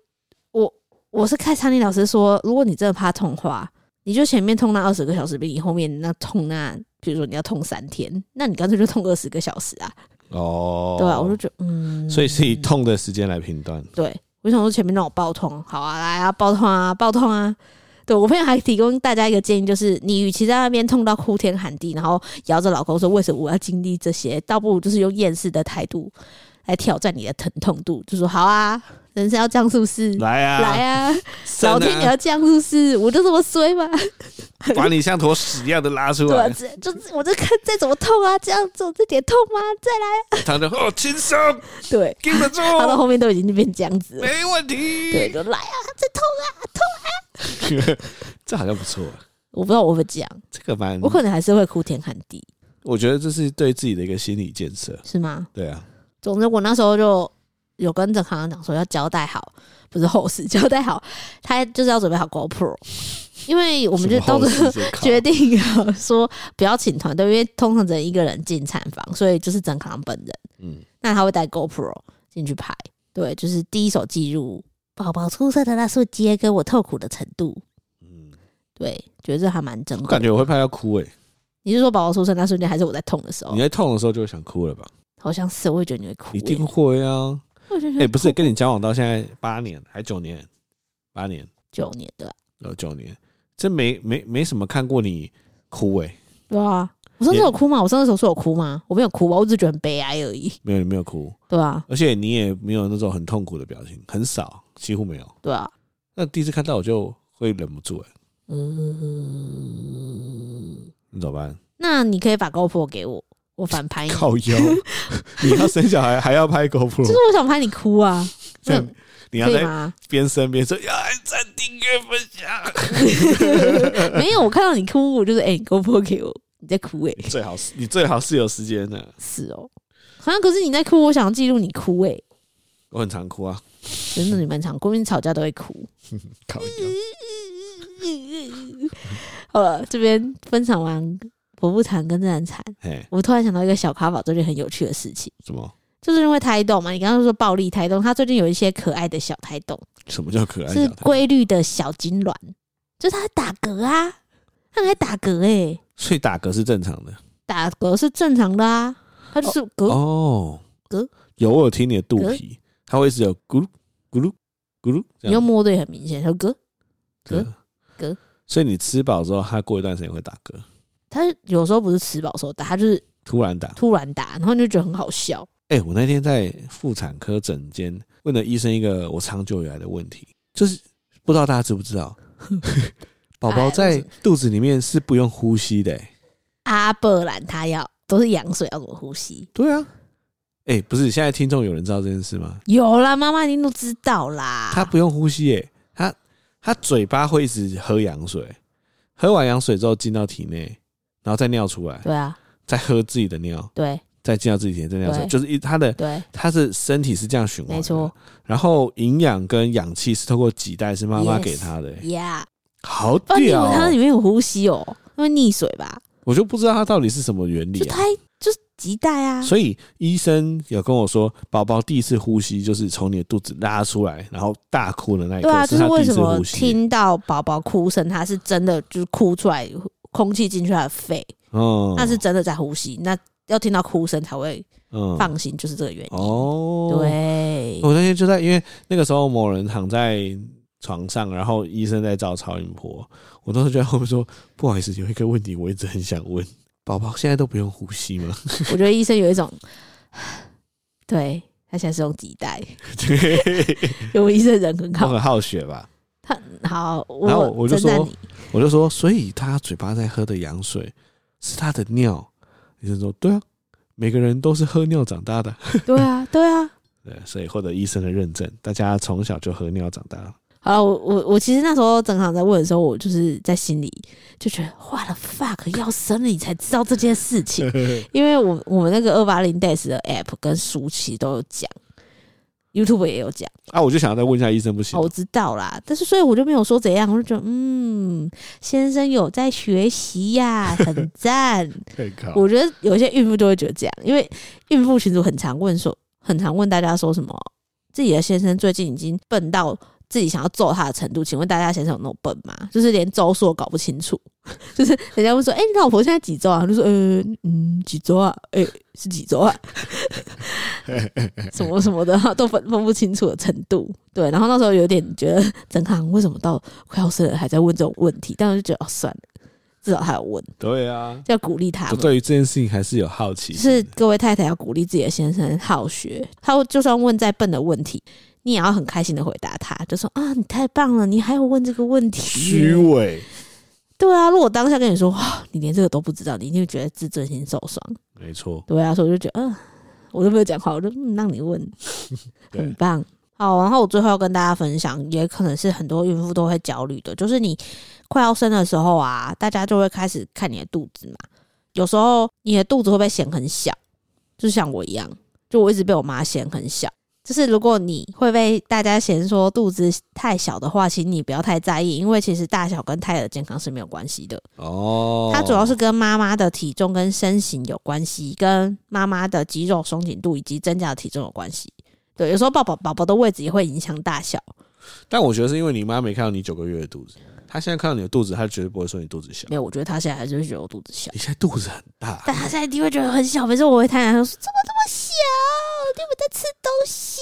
[SPEAKER 2] 我我是看常理老师说，如果你真的怕痛的话，你就前面痛那二十个小时，比你后面那痛那，比如说你要痛三天，那你干脆就痛二十个小时啊，
[SPEAKER 1] 哦，
[SPEAKER 2] 对啊，我就嗯觉得嗯，
[SPEAKER 1] 所以是以痛的时间来评断，
[SPEAKER 2] 对，我想说前面让我爆痛，好啊，来啊，爆痛啊，爆痛啊。对我朋友还提供大家一个建议，就是你与其在那边痛到哭天喊地，然后摇着老公说为什么我要经历这些，倒不如就是用厌世的态度来挑战你的疼痛度，就说好啊，人生要这样是不是？
[SPEAKER 1] 来啊，
[SPEAKER 2] 来啊，
[SPEAKER 1] 生啊，
[SPEAKER 2] 老天你要这样是不是？我就这么衰吗？
[SPEAKER 1] 把你像坨屎一样的拉出
[SPEAKER 2] 对啊，
[SPEAKER 1] 来，
[SPEAKER 2] 这就是我就看再怎么痛啊，这样做这点痛吗？再
[SPEAKER 1] 躺着哦，轻松，
[SPEAKER 2] 对，
[SPEAKER 1] 顶得住，
[SPEAKER 2] 他到后面都已经变这样子了，
[SPEAKER 1] 没问
[SPEAKER 2] 对，
[SPEAKER 1] 题，
[SPEAKER 2] 就来啊，再痛啊，
[SPEAKER 1] 这好像不错，啊
[SPEAKER 2] 我不知道我会不会这样，
[SPEAKER 1] 这个蛮，
[SPEAKER 2] 我
[SPEAKER 1] 我
[SPEAKER 2] 可能还是会哭天喊地，
[SPEAKER 1] 觉得这是对自己的一个心理建设。
[SPEAKER 2] 是吗？
[SPEAKER 1] 对啊，
[SPEAKER 2] 总之，我那时候就有跟郑康讲说要交代好，不是后事，交代好， 他就是要准备好 GoPro，因为我
[SPEAKER 1] 我
[SPEAKER 2] 们就到时候 决
[SPEAKER 1] 决定
[SPEAKER 2] 定了说不要请团队，因为通常只能一个人进产房，所以就是郑康本人，
[SPEAKER 1] 嗯，
[SPEAKER 2] 那他会带 GoPro 进去拍，对，就是第一手记录宝宝出生的那瞬间跟我痛苦的程度，
[SPEAKER 1] 嗯，
[SPEAKER 2] 对，觉得这还蛮珍
[SPEAKER 1] 我
[SPEAKER 2] 贵
[SPEAKER 1] 感。觉我会拍到哭诶、
[SPEAKER 2] 你是说宝宝出生那瞬间，还是我在痛的时候
[SPEAKER 1] 你？在痛的时候就会想哭了吧？
[SPEAKER 2] 好像是，我会觉得你会哭、
[SPEAKER 1] 一定会啊！
[SPEAKER 2] 我觉得
[SPEAKER 1] 哎、不是跟你交往到现在八年还九年，八年
[SPEAKER 2] 九年的，
[SPEAKER 1] 呃九年，这没没没什么看过你哭欸诶、
[SPEAKER 2] 对啊，我上次
[SPEAKER 1] 也
[SPEAKER 2] 有哭吗？我上次手术有哭吗？我没有哭吧，我只是觉得很悲哀而已。
[SPEAKER 1] 没有你没有哭，
[SPEAKER 2] 对啊，
[SPEAKER 1] 而且你也没有那种很痛苦的表情，很少，几乎没有。
[SPEAKER 2] 对啊，
[SPEAKER 1] 那第一次看到我就会忍不住诶、欸
[SPEAKER 2] 嗯。
[SPEAKER 1] 你怎么办？
[SPEAKER 2] 那你可以把 GoPro 给我，我反拍你，就
[SPEAKER 1] 靠 腰，你要生小孩还要拍 GoPro，
[SPEAKER 2] 是我想拍你哭啊，
[SPEAKER 1] 这样你要
[SPEAKER 2] 可以
[SPEAKER 1] 在
[SPEAKER 2] 吗？
[SPEAKER 1] 边生边说要哎按赞、订阅、分享，
[SPEAKER 2] 没有，我看到你哭，我就是哎、你 GoPro 给我，你在哭哎、
[SPEAKER 1] 你最好是你最好是有时间的、
[SPEAKER 2] 是哦。好像可是你在哭，我想要记录你哭哎、
[SPEAKER 1] 我很常哭啊，
[SPEAKER 2] 真的你蛮常哭，因为吵架都会哭。
[SPEAKER 1] 靠腰。
[SPEAKER 2] 好了，这边分享完婆不产跟自然产，
[SPEAKER 1] 嘿，
[SPEAKER 2] 我突然想到一个小卡宝最近很有趣的事情。
[SPEAKER 1] 什么
[SPEAKER 2] 就是因为胎动嘛，你刚刚说暴力胎动，它最近有一些可爱的小胎动，
[SPEAKER 1] 什么叫可爱？
[SPEAKER 2] 是规律的小痉挛，就是它会打嗝啊，它还打嗝哎、
[SPEAKER 1] 所以打嗝是正常的
[SPEAKER 2] 打嗝是正常的啊，它就是嗝、
[SPEAKER 1] 哦。
[SPEAKER 2] 嗝
[SPEAKER 1] 有我有听你的肚皮，它会一直有咕噜咕噜咕噜这
[SPEAKER 2] 你又
[SPEAKER 1] 样
[SPEAKER 2] 摸的也很明显，它嗝，
[SPEAKER 1] 对啊
[SPEAKER 2] 嗝嗝。
[SPEAKER 1] 所以你吃饱之后，它过一段时间会打嗝，
[SPEAKER 2] 它有时候不是吃饱时候打，它就是
[SPEAKER 1] 突然打。
[SPEAKER 2] 突然打，然后你就觉得很好笑，
[SPEAKER 1] 哎、我那天在妇产科诊间问了医生一个我长久以来的问题，就是不知道大家知不知 道，宝宝
[SPEAKER 2] 哎
[SPEAKER 1] 在肚子里面是不用呼吸的、欸。
[SPEAKER 2] 阿伯兰他要都是羊水要怎么呼吸？
[SPEAKER 1] 对啊，哎、不是，现在听众有人知道这件事吗？
[SPEAKER 2] 有啦，妈妈一定都知道啦。
[SPEAKER 1] 他不用呼吸、欸，他他嘴巴会一直喝羊水，喝完羊水之后进到体内，然后再尿出来，
[SPEAKER 2] 对啊，
[SPEAKER 1] 再喝自己的尿，
[SPEAKER 2] 对
[SPEAKER 1] 再进到自己体内再尿出来，
[SPEAKER 2] 对
[SPEAKER 1] 就是一他的
[SPEAKER 2] 对，
[SPEAKER 1] 他的身体是这样循环的，
[SPEAKER 2] 没错。
[SPEAKER 1] 然后营养跟氧气是透过脐带是妈妈
[SPEAKER 2] Yes
[SPEAKER 1] 给他的欸、
[SPEAKER 2] 呀、
[SPEAKER 1] 好
[SPEAKER 2] 哦，你以为
[SPEAKER 1] 屌哦、
[SPEAKER 2] 它里面有呼吸哦？因为溺水吧？
[SPEAKER 1] 我就不知道它到底是什么原理
[SPEAKER 2] 就、
[SPEAKER 1] 啊。
[SPEAKER 2] 胎就是脐带啊，
[SPEAKER 1] 所以医生有跟我说，宝宝第一次呼吸就是从你的肚子拉出来，然后大哭的那一刻，
[SPEAKER 2] 对啊，
[SPEAKER 1] 是
[SPEAKER 2] 就是
[SPEAKER 1] 他第
[SPEAKER 2] 为
[SPEAKER 1] 一
[SPEAKER 2] 什
[SPEAKER 1] 次
[SPEAKER 2] 么
[SPEAKER 1] 呼吸。
[SPEAKER 2] 听到宝宝哭声，他是真的就是哭出来，空气进去他的肺，
[SPEAKER 1] 嗯
[SPEAKER 2] 那是真的在呼吸，那要听到哭声才会
[SPEAKER 1] 嗯
[SPEAKER 2] 放心，就是这个原因。
[SPEAKER 1] 哦，。
[SPEAKER 2] 对，
[SPEAKER 1] 我那天就在，因为那个时候某人躺在床上，然后医生在照超音波，我当时就在后面说：“不好意思，有一个问题我一直很想问，宝宝现在都不用呼吸吗
[SPEAKER 2] 我觉得医生有一种， 对他现在是用脐带，？”
[SPEAKER 1] 对，
[SPEAKER 2] 因为我医生人很
[SPEAKER 1] 我
[SPEAKER 2] 好，
[SPEAKER 1] 很好学吧，
[SPEAKER 2] 他好，
[SPEAKER 1] 哦然后
[SPEAKER 2] 我
[SPEAKER 1] 我就
[SPEAKER 2] 称赞
[SPEAKER 1] 说
[SPEAKER 2] 你，
[SPEAKER 1] 我就说，所以他嘴巴在喝的羊水是他的尿。医生说：“对啊，每个人都是喝尿长大的。
[SPEAKER 2] 对啊，对啊。”
[SPEAKER 1] 对，所以获得医生的认证，大家从小就喝尿长大。
[SPEAKER 2] 好了，我我我其实那时候正好在问的时候，我就是在心里就觉得，哇了 fuck，要生了你才知道这件事情，因为我我们那个二八零 days 的 app 跟舒淇都有讲，YouTube 也有讲，
[SPEAKER 1] 啊，我就想要再问一下医生，不行
[SPEAKER 2] 哦，？我知道啦，但是所以我就没有说怎样，我就觉得嗯，先生有在学习呀、很赞。
[SPEAKER 1] 太靠
[SPEAKER 2] 我觉得有些孕妇就会觉得这样，因为孕妇群组很常问说，很常问大家说什么自己的先生最近已经笨到自己想要揍他的程度，请问大家先生有那么笨吗？就是连周数都搞不清楚，就是人家会说，哎、你老婆现在几周啊？他就说，呃，嗯，几周啊？哎、是几周啊？什么什么的，都分分不清楚的程度。对，然后那时候有点觉得郑康为什么到快要生了还在问这种问题，但我就觉得哦，算了，至少他有问，
[SPEAKER 1] 对啊，
[SPEAKER 2] 要鼓励他
[SPEAKER 1] 我
[SPEAKER 2] 嘛。
[SPEAKER 1] 对于这件事情还是有好奇
[SPEAKER 2] 就
[SPEAKER 1] 心的。
[SPEAKER 2] 是各位太太要鼓励自己的先生好学，他就算问再笨的问题，你也要很开心的回答他，就说啊，你太棒了，你还有问这个问题
[SPEAKER 1] 虚
[SPEAKER 2] 耶。
[SPEAKER 1] 伪，
[SPEAKER 2] 对啊，如果我当下跟你说哇，你连这个都不知道，你一定会觉得自尊心受伤。
[SPEAKER 1] 没错，
[SPEAKER 2] 对啊，所以我就觉得，嗯、我都没有讲话，我就嗯让你问，
[SPEAKER 1] 对
[SPEAKER 2] 很棒。好，然后我最后要跟大家分享，也可能是很多孕妇都会焦虑的，就是你快要生的时候啊，大家就会开始看你的肚子嘛。有时候你的肚子会被显很小，就像我一样，就我一直被我妈嫌很小。就是如果你会被大家嫌说肚子太小的话，请你不要太在意，因为其实大小跟胎儿健康是没有关系的。
[SPEAKER 1] 哦，
[SPEAKER 2] 它主要是跟妈妈的体重跟身形有关系，跟妈妈的肌肉松紧度以及增加的体重有关系。对，有时候抱宝宝宝的位置也会影响大小，
[SPEAKER 1] 但我觉得是因为你妈没看到你九个月的肚子，她现在看到你的肚子，她绝对不会说你肚子小。
[SPEAKER 2] 没有，我觉得他现在还是觉得我肚子小，
[SPEAKER 1] 你现在肚子很大，
[SPEAKER 2] 但他现在一定会觉得很小。每次我回台南，他说怎么这么小？
[SPEAKER 3] 对我在吃东西。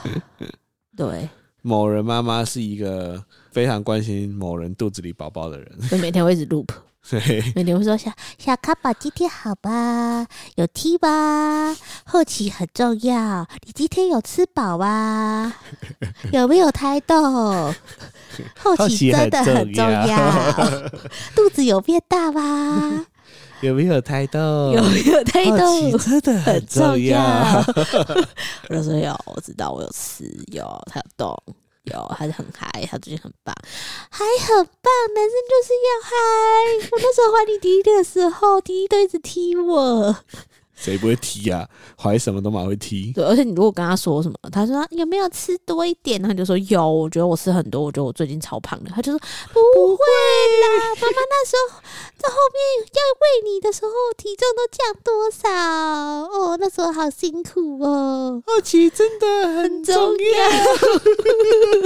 [SPEAKER 2] 对，
[SPEAKER 1] 某人妈妈是一个非常关心某人肚子里宝宝的人，
[SPEAKER 2] 所以每天会一直 loop，
[SPEAKER 1] 对，
[SPEAKER 2] 每天会说
[SPEAKER 3] 小小卡宝今天好吧？有踢吧？后期很重要。你今天有吃饱吧？ 有没有胎动？后
[SPEAKER 1] 后
[SPEAKER 3] 期
[SPEAKER 1] 期
[SPEAKER 3] 真
[SPEAKER 1] 很
[SPEAKER 3] 的很重
[SPEAKER 1] 重要
[SPEAKER 3] 要。嗯肚子有变大吗？
[SPEAKER 1] 有没有胎动？
[SPEAKER 2] 有没有胎动？
[SPEAKER 1] 好奇真的很重
[SPEAKER 2] 重
[SPEAKER 1] 要。。
[SPEAKER 2] 我就说有，我知道我有吃，有他有动，有他就很嗨，他最近很棒。
[SPEAKER 3] 还很棒，男生就是要嗨。我那时候怀你弟弟的时候，弟弟都一直踢我。
[SPEAKER 1] 谁不会踢啊？怀什么都马会踢。
[SPEAKER 2] 对，而且你如果跟他说什么，他说
[SPEAKER 3] 啊
[SPEAKER 2] 有没有吃多一点，然后你就说有，我觉得我吃很多，我觉得我最近超胖的，他就说
[SPEAKER 3] 不会啦，妈妈那时候在后面要喂你的时候，体重都降多少？哦，那时候好辛苦哦。
[SPEAKER 1] 好奇真的很
[SPEAKER 2] 重要，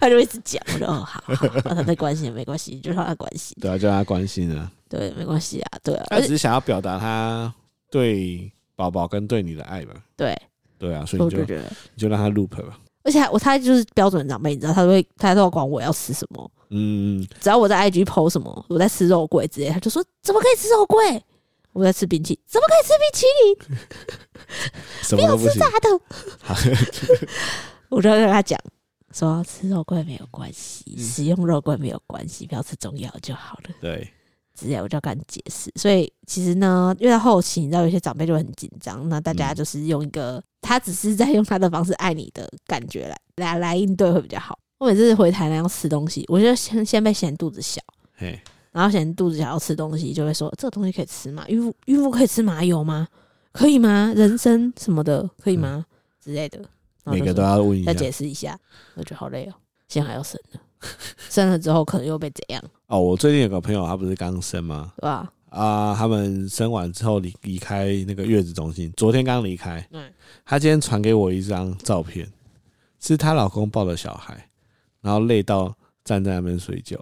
[SPEAKER 2] 他就一直讲，我说哦好，好好他在关心没关系，就让他关心，
[SPEAKER 1] 对啊，叫他关心啊。
[SPEAKER 2] 对，没关系啊，对啊，
[SPEAKER 1] 他
[SPEAKER 2] 而
[SPEAKER 1] 只
[SPEAKER 2] 且
[SPEAKER 1] 是想要表达他对宝宝跟对你的爱吧。
[SPEAKER 2] 对，
[SPEAKER 1] 对啊，所以
[SPEAKER 2] 我
[SPEAKER 1] 你就
[SPEAKER 2] 就
[SPEAKER 1] 你
[SPEAKER 2] 觉得，
[SPEAKER 1] 就让他 loop 吧。
[SPEAKER 2] 而且还我他就是标准长辈，你知道，他都会他都要管我要吃什么，
[SPEAKER 1] 嗯，
[SPEAKER 2] 只要我在 IG PO 什么，我在吃肉桂之类，他就说怎么可以吃肉桂？我在吃冰淇淋，怎么可以吃冰淇淋？
[SPEAKER 1] 什么都不行。
[SPEAKER 3] 大头，
[SPEAKER 1] 好
[SPEAKER 2] 我就跟他讲说吃肉桂没有关系，
[SPEAKER 1] 嗯
[SPEAKER 2] 使用肉桂没有关系，不要吃中药就好了。
[SPEAKER 1] 对，
[SPEAKER 2] 之类，我就要跟他解释。所以其实呢，越到后期，你知道有些长辈就会很紧张，那大家
[SPEAKER 1] 嗯
[SPEAKER 2] 就是用一个、他只是在用他的方式爱你的感觉来来来应对会比较好。我每次回台南要吃东西，我就先先被嫌肚子小，
[SPEAKER 1] 嘿，
[SPEAKER 2] 然后嫌肚子小要吃东西，就会说这个东西可以吃吗？孕妇孕妇可以吃麻油吗？可以吗？人参什么的可以吗？之类的，然
[SPEAKER 1] 嗯
[SPEAKER 2] 后
[SPEAKER 1] 每
[SPEAKER 2] 就
[SPEAKER 1] 个都
[SPEAKER 2] 说
[SPEAKER 1] 要问一下
[SPEAKER 2] 再。解释一下，我觉得好累哦。现在还要生呢，生了之后可能又被怎样，
[SPEAKER 1] 哦，我最近有个朋友，他不是刚生吗？
[SPEAKER 2] 对吧？
[SPEAKER 1] 啊，他们生完之后离离开那个月子中心，昨天刚离开。
[SPEAKER 2] 嗯
[SPEAKER 1] 她今天传给我一张照片，是她老公抱着小孩，然后累到站在那边睡觉，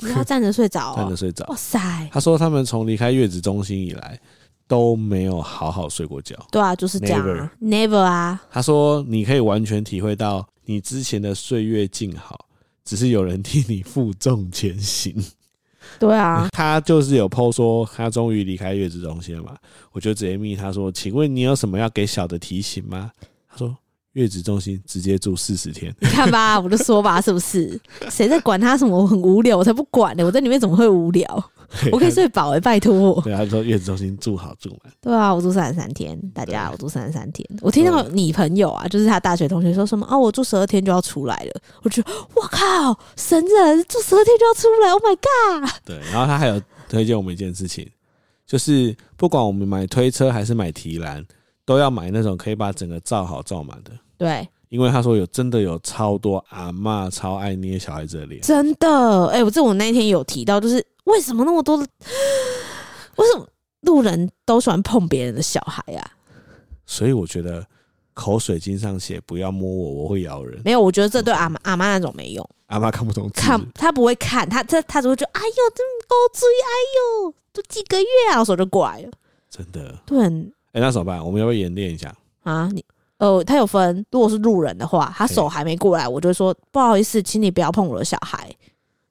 [SPEAKER 2] 你要站着睡着、
[SPEAKER 1] 站
[SPEAKER 2] 哦
[SPEAKER 1] 着，睡着
[SPEAKER 2] 哇。塞！
[SPEAKER 1] 她说他们从离开月子中心以来都没有好好睡过觉。
[SPEAKER 2] 对啊，就是这样啊，never 啊，
[SPEAKER 1] 她说你可以完全体会到你之前的岁月静好，只是有人替你负重前行。，
[SPEAKER 2] 对啊
[SPEAKER 1] 她就是有 PO 说她终于离开月子中心了嘛，我就直接密她说，请问你有什么要给小的提醒吗？她说月子中心直接住四十天。
[SPEAKER 2] 你看吧，我就说吧，是不是？谁在管他什么？我很无聊，我才不管呢、我在里面怎么会无聊？ 我可以睡饱哎、拜 托。
[SPEAKER 1] 对，他说月子中心住好住满，
[SPEAKER 2] 对啊，我住三十三天，大家
[SPEAKER 1] 对
[SPEAKER 2] 我住三十三天。我听到你朋友啊，就是他大学同学说什么哦，我住十二天就要出来了，我觉得我靠，神人住十二天就要出来，Oh my god！
[SPEAKER 1] 对，然后他还有推荐我们一件事情，就是不管我们买推车还是买提篮，都要买那种可以把整个罩好罩满的，
[SPEAKER 2] 对，
[SPEAKER 1] 因为他说有真的有超多阿嬷超爱捏小孩子的脸，
[SPEAKER 2] 真的，哎、我这我那一天有提到，就是为什么那么多的， 为什么路人都喜欢碰别人的小孩啊？
[SPEAKER 1] 所以我觉得口水巾上写不要摸我，我会咬 人，
[SPEAKER 2] 没有，我觉得这对阿妈阿妈那种没用，
[SPEAKER 1] 阿嬷看不懂字，
[SPEAKER 2] 看他不会看，他他他只会觉得哎呦，真够追，哎呦，都几个月啊，然后手就过来了。
[SPEAKER 1] 真的。
[SPEAKER 2] 对很
[SPEAKER 1] 哎、那怎么办？我们要不要演练一下？
[SPEAKER 2] 啊，你呃，他有分，如果是路人的话，他手
[SPEAKER 1] 对
[SPEAKER 2] 还没过来，我就会说不好意思，请你不要碰我的小孩。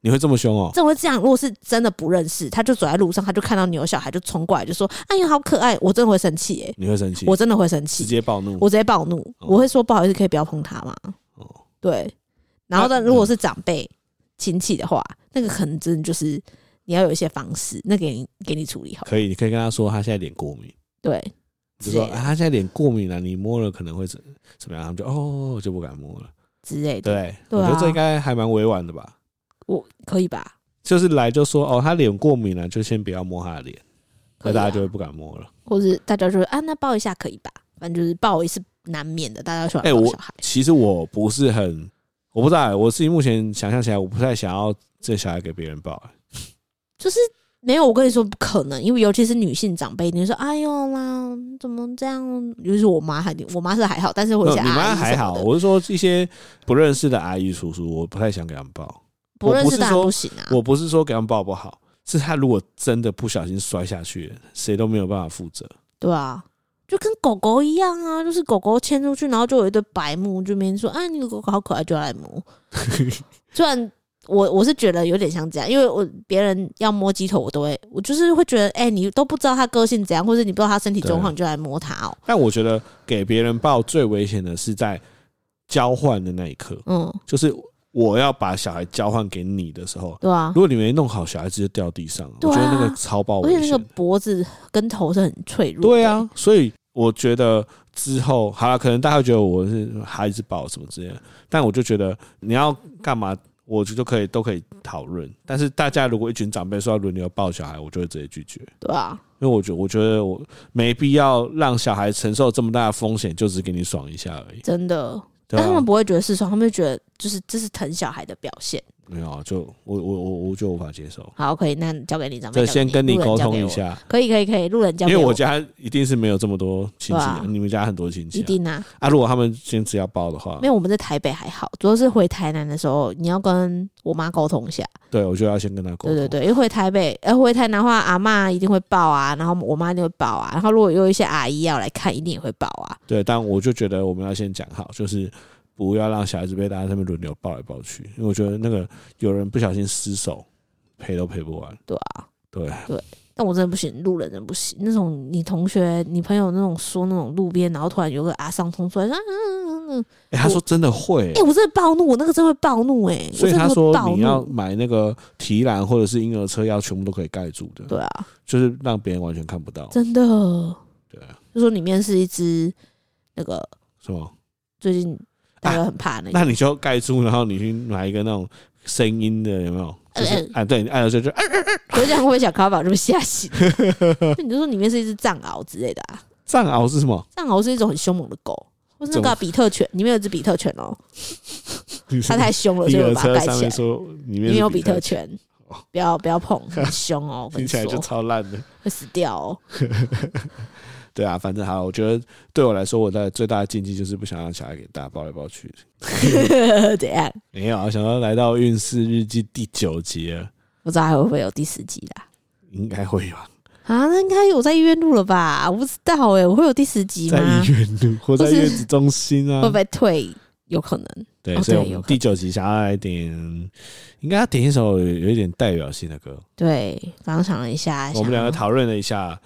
[SPEAKER 1] 你会这么凶哦、
[SPEAKER 2] 这会这样，如果是真的不认识，他就走在路上，他就看到你有小孩就冲过来，就说哎呀好可爱，我真的会生气、欸，
[SPEAKER 1] 你会生气？
[SPEAKER 2] 我真的会生
[SPEAKER 1] 直
[SPEAKER 2] 气。
[SPEAKER 1] 接暴怒。
[SPEAKER 2] 我直接暴怒，
[SPEAKER 1] 哦
[SPEAKER 2] 我会说不好意思，可以不要碰他嘛。
[SPEAKER 1] 哦，
[SPEAKER 2] 对，然后
[SPEAKER 1] 那嗯
[SPEAKER 2] 但如果是长辈亲戚的话，那个可能真的就是你要有一些方式，那给你给你处理好。
[SPEAKER 1] 可以，你可以跟他说他现在脸过敏。
[SPEAKER 2] 对，
[SPEAKER 1] 就
[SPEAKER 2] 之
[SPEAKER 1] 说
[SPEAKER 2] 类的
[SPEAKER 1] 啊，他现在脸过敏了，你摸了可能会怎怎么样？他们就哦，就不敢摸了。
[SPEAKER 2] 之类的。
[SPEAKER 1] 对，
[SPEAKER 2] 对
[SPEAKER 1] 我觉得这
[SPEAKER 2] 啊
[SPEAKER 1] 应该还蛮委婉的吧。
[SPEAKER 2] 我可以吧？
[SPEAKER 1] 就是来就说哦，他脸过敏了，就先不要摸他的脸，
[SPEAKER 2] 可
[SPEAKER 1] 那
[SPEAKER 2] 以
[SPEAKER 1] 大家
[SPEAKER 2] 啊
[SPEAKER 1] 就会不敢摸了。
[SPEAKER 2] 或者大家就说啊，那抱一下可以吧？反正就是抱也是难免的，大家都喜欢
[SPEAKER 1] 哎
[SPEAKER 2] 抱
[SPEAKER 1] 我
[SPEAKER 2] 小孩。
[SPEAKER 1] 其实我不是很，我不知道欸，我自己目前想象起来，我不太想要这小孩给别人抱欸。
[SPEAKER 2] 就是没有，我跟你说不可能，因为尤其是女性长辈，你说哎呦啦，怎么这样？尤其是我妈还，我妈是还好，但是我
[SPEAKER 1] 没有
[SPEAKER 2] 有
[SPEAKER 1] 嗯
[SPEAKER 2] 些
[SPEAKER 1] 你
[SPEAKER 2] 阿
[SPEAKER 1] 妈
[SPEAKER 2] 姨
[SPEAKER 1] 还
[SPEAKER 2] 什
[SPEAKER 1] 好，
[SPEAKER 2] 么的
[SPEAKER 1] 我是说一些不认识的阿姨叔叔，我不太想给他们抱。
[SPEAKER 2] 不认
[SPEAKER 1] 我不
[SPEAKER 2] 识
[SPEAKER 1] 是
[SPEAKER 2] 当然
[SPEAKER 1] 说
[SPEAKER 2] 不行啊。
[SPEAKER 1] 我不是说给他们抱不好，是他如果真的不小心摔下去了，谁都没有办法负责。
[SPEAKER 2] 对啊，就跟狗狗一样啊，就是狗狗牵出去，然后就有一堆白目，就没人说啊，你的狗狗好可爱，就要来摸。 虽然我我是觉得有点像这样，因为我别人要摸鸡头，我都会，我就是会觉得，哎、你都不知道它个性怎样，或者你不知道它身体状况，你就来摸它哦。
[SPEAKER 1] 但我觉得给别人抱最危险的是在交换的那一刻，
[SPEAKER 2] 嗯，
[SPEAKER 1] 就是我要把小孩交换给你的时候，
[SPEAKER 2] 对啊
[SPEAKER 1] 如。果你没弄好，小孩子就掉地上了。
[SPEAKER 2] 对
[SPEAKER 1] 我
[SPEAKER 2] 啊
[SPEAKER 1] 觉得那个超爆
[SPEAKER 2] 而
[SPEAKER 1] 危
[SPEAKER 2] 且那个
[SPEAKER 1] 险。
[SPEAKER 2] 脖子跟头是很脆弱。
[SPEAKER 1] 对，啊，所以我觉得之后好了，可能大家会觉得我是孩子宝什么之类的，但我就觉得你要干嘛，我就就可以都可以讨论。但是大家如果一群长辈说要轮流抱小孩，我就会直接拒绝。
[SPEAKER 2] 对啊，
[SPEAKER 1] 因为我觉得，我觉得我没必要让小孩承受这么大的风险，就只给你爽一下而已。
[SPEAKER 2] 真的。
[SPEAKER 1] 对
[SPEAKER 2] 但他
[SPEAKER 1] 啊
[SPEAKER 2] 们，不会觉得是爽，他们就觉得就是这是疼小孩的表现。
[SPEAKER 1] 没有啊，就我我我我就无法接受。
[SPEAKER 2] 好，可以，那交给你长辈。
[SPEAKER 1] 这先跟你
[SPEAKER 2] 路人
[SPEAKER 1] 沟
[SPEAKER 2] 交
[SPEAKER 1] 通
[SPEAKER 2] 给
[SPEAKER 1] 一
[SPEAKER 2] 我。
[SPEAKER 1] 下，
[SPEAKER 2] 可以，可以，可以，路人交
[SPEAKER 1] 因
[SPEAKER 2] 给
[SPEAKER 1] 为我
[SPEAKER 2] 我。
[SPEAKER 1] 家一定是没有这么多亲戚
[SPEAKER 2] 对
[SPEAKER 1] 的
[SPEAKER 2] 啊，
[SPEAKER 1] 你们家很多亲戚
[SPEAKER 2] 一
[SPEAKER 1] 啊
[SPEAKER 2] 定啊，
[SPEAKER 1] 啊。如果他们坚持要抱的话
[SPEAKER 2] 没，有我们在台北还好，主要是回台南的时候，你要跟我妈沟通一下。
[SPEAKER 1] 对我就要先跟他沟
[SPEAKER 2] 对
[SPEAKER 1] 通。
[SPEAKER 2] 对对，因为回台北，呃，回台南的话，阿妈一定会抱啊，然后我妈一定会抱啊，然后如果有一些阿姨要来看，一定也会抱啊。
[SPEAKER 1] 对，但我就觉得我们要先讲好，就是不要让小孩子被大家他们轮流抱来抱去，因为我觉得那个有人不小心失手，赔都赔不完。
[SPEAKER 2] 对啊，
[SPEAKER 1] 对，
[SPEAKER 2] 但我真的不行，路人真的不行。那种你同学、你朋友那种说那种路边，然后突然有个阿桑冲出来说，啊嗯嗯嗯嗯，
[SPEAKER 1] 哎、他说真的会、
[SPEAKER 2] 哎、我真的暴怒，我那个真的会暴怒哎、欸
[SPEAKER 1] 所以
[SPEAKER 2] 我真
[SPEAKER 1] 他
[SPEAKER 2] 的会
[SPEAKER 1] 说
[SPEAKER 2] 暴
[SPEAKER 1] 你
[SPEAKER 2] 怒
[SPEAKER 1] 要买那个提篮或者是婴儿车要全部都可以盖住的，
[SPEAKER 2] 对啊，
[SPEAKER 1] 就是让别人完全看不到，
[SPEAKER 2] 真的，
[SPEAKER 1] 对啊，
[SPEAKER 2] 就说里面是一只那个
[SPEAKER 1] 是吗？
[SPEAKER 2] 最近大
[SPEAKER 1] 啊
[SPEAKER 2] 家都很怕的那
[SPEAKER 1] 那
[SPEAKER 2] 个，
[SPEAKER 1] 你就盖住，然后你去买一个那种声音的，有没有？就是
[SPEAKER 2] 嗯嗯
[SPEAKER 1] 啊，对，你按了就就哎
[SPEAKER 2] 可是这样会不会小咖宝就被吓醒？那你就说里面是一只藏獒之类的啊，
[SPEAKER 1] 藏獒是什么？
[SPEAKER 2] 藏獒是一种很凶猛的狗，或是那个啊比特犬，里面有只比特犬哦，它太凶了，
[SPEAKER 1] 婴
[SPEAKER 2] 所以我
[SPEAKER 1] 儿
[SPEAKER 2] 把它
[SPEAKER 1] 车
[SPEAKER 2] 盖
[SPEAKER 1] 上
[SPEAKER 2] 起
[SPEAKER 1] 面
[SPEAKER 2] 来。
[SPEAKER 1] 说里
[SPEAKER 2] 里
[SPEAKER 1] 面
[SPEAKER 2] 面
[SPEAKER 1] 是
[SPEAKER 2] 有比特
[SPEAKER 1] 特，
[SPEAKER 2] 犬，不要不要碰，很凶哦， 我
[SPEAKER 1] 听
[SPEAKER 2] 跟你
[SPEAKER 1] 起来就
[SPEAKER 2] 说
[SPEAKER 1] 超烂的。
[SPEAKER 2] 会死掉哦。
[SPEAKER 1] 对啊，反正好，我觉得对我来说，我的最大的禁忌就是不想让小孩给大家抱来抱去。
[SPEAKER 2] 怎样？
[SPEAKER 1] 没有啊，想到来到运势日记第九集了，
[SPEAKER 2] 不知道还会不会有第十集啦？
[SPEAKER 1] 应该会吧？
[SPEAKER 2] 啊，那应该有在医院录了吧？我不知道哎、我会有第十集
[SPEAKER 1] 在
[SPEAKER 2] 吗
[SPEAKER 1] 医？院路或在
[SPEAKER 2] 或是
[SPEAKER 1] 月子中心 啊，
[SPEAKER 2] 会不会退？有可能。
[SPEAKER 1] 对，
[SPEAKER 2] 哦
[SPEAKER 1] 所以
[SPEAKER 2] 对
[SPEAKER 1] 我
[SPEAKER 2] 有
[SPEAKER 1] 们
[SPEAKER 2] 可
[SPEAKER 1] 第九集想要来点，应该要点一首有有一点代表性的歌。
[SPEAKER 2] 对，刚刚想了一下，
[SPEAKER 1] 我们两个
[SPEAKER 2] 啊想
[SPEAKER 1] 讨论了一下，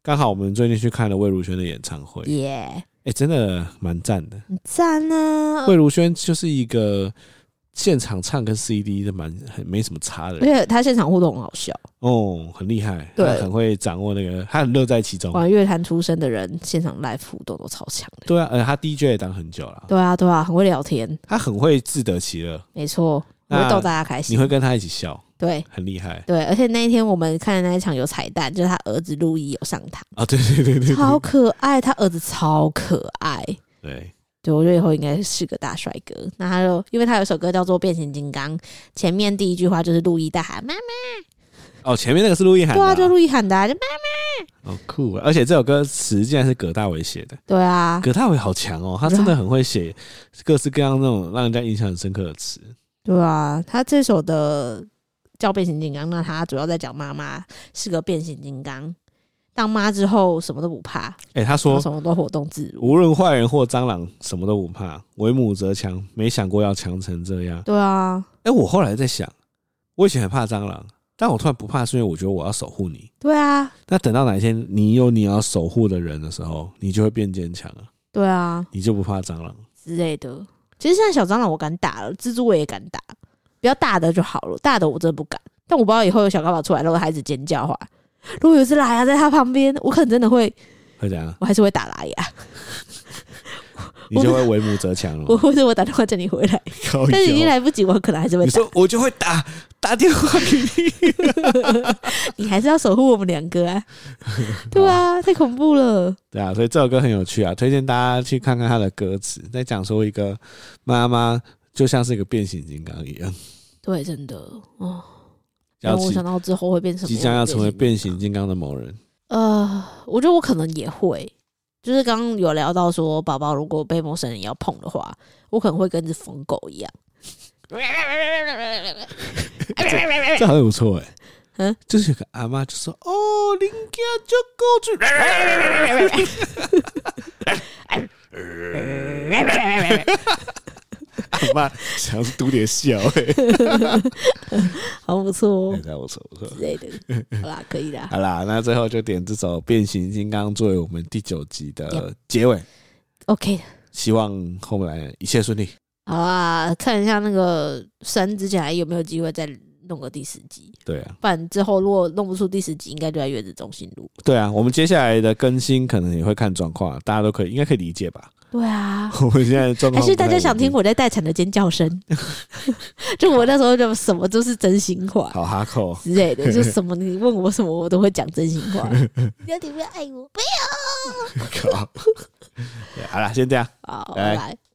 [SPEAKER 1] 刚好我们最近去看了魏如萱的演唱会，哎、
[SPEAKER 2] 耶，
[SPEAKER 1] 真的蛮赞的。
[SPEAKER 2] 很赞啊！
[SPEAKER 1] 魏如萱就是一个现场唱跟 CD 都蛮很没什么差的
[SPEAKER 2] 而
[SPEAKER 1] 人，
[SPEAKER 2] 且他现场互动很好笑，
[SPEAKER 1] 哦，很厉害，
[SPEAKER 2] 对
[SPEAKER 1] 她很会掌握那个，她很乐在其中。
[SPEAKER 2] 玩乐坛出身的人，现场 live 互动都超强的。
[SPEAKER 1] 对啊，而且她 DJ 也当很久了，
[SPEAKER 2] 对啊，对啊，很会聊天，
[SPEAKER 1] 她很会自得其乐，
[SPEAKER 2] 没错，我
[SPEAKER 1] 那
[SPEAKER 2] 会逗大家开
[SPEAKER 1] 你
[SPEAKER 2] 心。
[SPEAKER 1] 会跟她一起笑，
[SPEAKER 2] 对
[SPEAKER 1] 很厉害
[SPEAKER 2] 对，而且那一天我们看的那一场有彩蛋，就是他儿子路易有上台，
[SPEAKER 1] 啊！对对对对
[SPEAKER 2] 超
[SPEAKER 1] 对，
[SPEAKER 2] 可爱，他儿子超可爱。
[SPEAKER 1] 对，
[SPEAKER 2] 对，我觉得以后应该是个大帅哥。那他就，因为他有一首歌叫做《变形金刚》，前面第一句话就是路易大喊“妈妈
[SPEAKER 1] 哦，前面那个是陆亦”，涵
[SPEAKER 2] 对
[SPEAKER 1] 的啊、
[SPEAKER 2] 啊，就路易喊的、啊，就妈。
[SPEAKER 1] 好酷、啊！而且这首歌词竟然是葛大为写的，
[SPEAKER 2] 对啊，
[SPEAKER 1] 葛大为好强哦，他真的很会写各式各样那种让人家印象很深刻的词。
[SPEAKER 2] 对啊，他这首的叫《变形金刚》，那他主要在讲妈妈是个变形金刚，当妈之后什么都不怕，
[SPEAKER 1] 哎、他
[SPEAKER 2] 然后
[SPEAKER 1] 说
[SPEAKER 2] 什么都活动自如。
[SPEAKER 1] 无论坏人或蟑螂，什么都不怕，为母则强。没想过要强成这样。
[SPEAKER 2] 对啊，
[SPEAKER 1] 哎、我后来在想，我以前很怕蟑螂，但我突然不怕，是因为我觉得我要守护你。
[SPEAKER 2] 对啊，
[SPEAKER 1] 那等到哪一天你有你要守护的人的时候，你就会变坚强了，
[SPEAKER 2] 对啊
[SPEAKER 1] 你就不怕蟑螂。
[SPEAKER 2] 之类的。其实现在小蟑螂我敢打了，蜘蛛我也敢打，比较大的就好了，大的我真的不敢。但我不知道以后有小高宝出来，如果孩子尖叫的话，如果有一只拉牙在他旁边，我可能真的会，
[SPEAKER 1] 会怎样？
[SPEAKER 2] 我还是会打拉牙。
[SPEAKER 1] 你就会为母则强
[SPEAKER 2] 我
[SPEAKER 1] 了。
[SPEAKER 2] 或者我打电话叫你回来，
[SPEAKER 1] 靠
[SPEAKER 2] 但是已经
[SPEAKER 1] 腰
[SPEAKER 2] 来不及，我可能还是会
[SPEAKER 1] 你
[SPEAKER 2] 打。
[SPEAKER 1] 说我就会打打电话给你，
[SPEAKER 2] 你还是要守护我们两 个啊，对
[SPEAKER 1] 哦
[SPEAKER 2] 啊，太恐怖了。
[SPEAKER 1] 对啊，所以这首歌很有趣啊，推荐大家去看看它的歌词，在讲说一个妈妈就像是一个变形金刚一样，
[SPEAKER 2] 对，真的哦，
[SPEAKER 1] 要
[SPEAKER 2] 让我
[SPEAKER 1] 即
[SPEAKER 2] 想到之后会变成
[SPEAKER 1] 即将要成为变形金刚的某人。
[SPEAKER 2] 呃，我觉得我可能也会，就是刚刚有聊到说，宝宝如果被陌生人要碰的话，我可能会跟只疯狗一 样。
[SPEAKER 1] 这好像不错哎、
[SPEAKER 2] 嗯
[SPEAKER 1] 就是有个阿妈就说：“哦，林家就过去。”阿妈想是嘟点笑哎、
[SPEAKER 2] 好不错哦
[SPEAKER 1] 那我错不错
[SPEAKER 2] 之。类的。好啦，可以啦。
[SPEAKER 1] 好啦，那最后就点这首《变形金刚》作为我们第九集的结尾，
[SPEAKER 2] OK 的，
[SPEAKER 1] 希望后来一切顺利。
[SPEAKER 2] 好啊，看一下那个神之前还有没有机会再弄个第十集，
[SPEAKER 1] 对啊，
[SPEAKER 2] 不然之后如果弄不出第十集，应该就在月子中心录。
[SPEAKER 1] 对啊，我们接下来的更新可能也会看状况，大家都可以应该可以理解吧？
[SPEAKER 2] 对啊，
[SPEAKER 1] 我们现在的状
[SPEAKER 2] 还
[SPEAKER 1] 况
[SPEAKER 2] 是大
[SPEAKER 1] 不太
[SPEAKER 2] 家想
[SPEAKER 1] 稳
[SPEAKER 2] 听
[SPEAKER 1] 定？
[SPEAKER 2] 我在待产的尖叫 声？就我那时候就什么都是真心话。
[SPEAKER 1] 好哈扣，
[SPEAKER 2] 之类 的，就什么你问我什么，我都会讲真心 话。
[SPEAKER 3] 不要你不要爱我，
[SPEAKER 1] 靠！对好啦，先这样。
[SPEAKER 2] 好，
[SPEAKER 1] 来
[SPEAKER 2] 拜拜。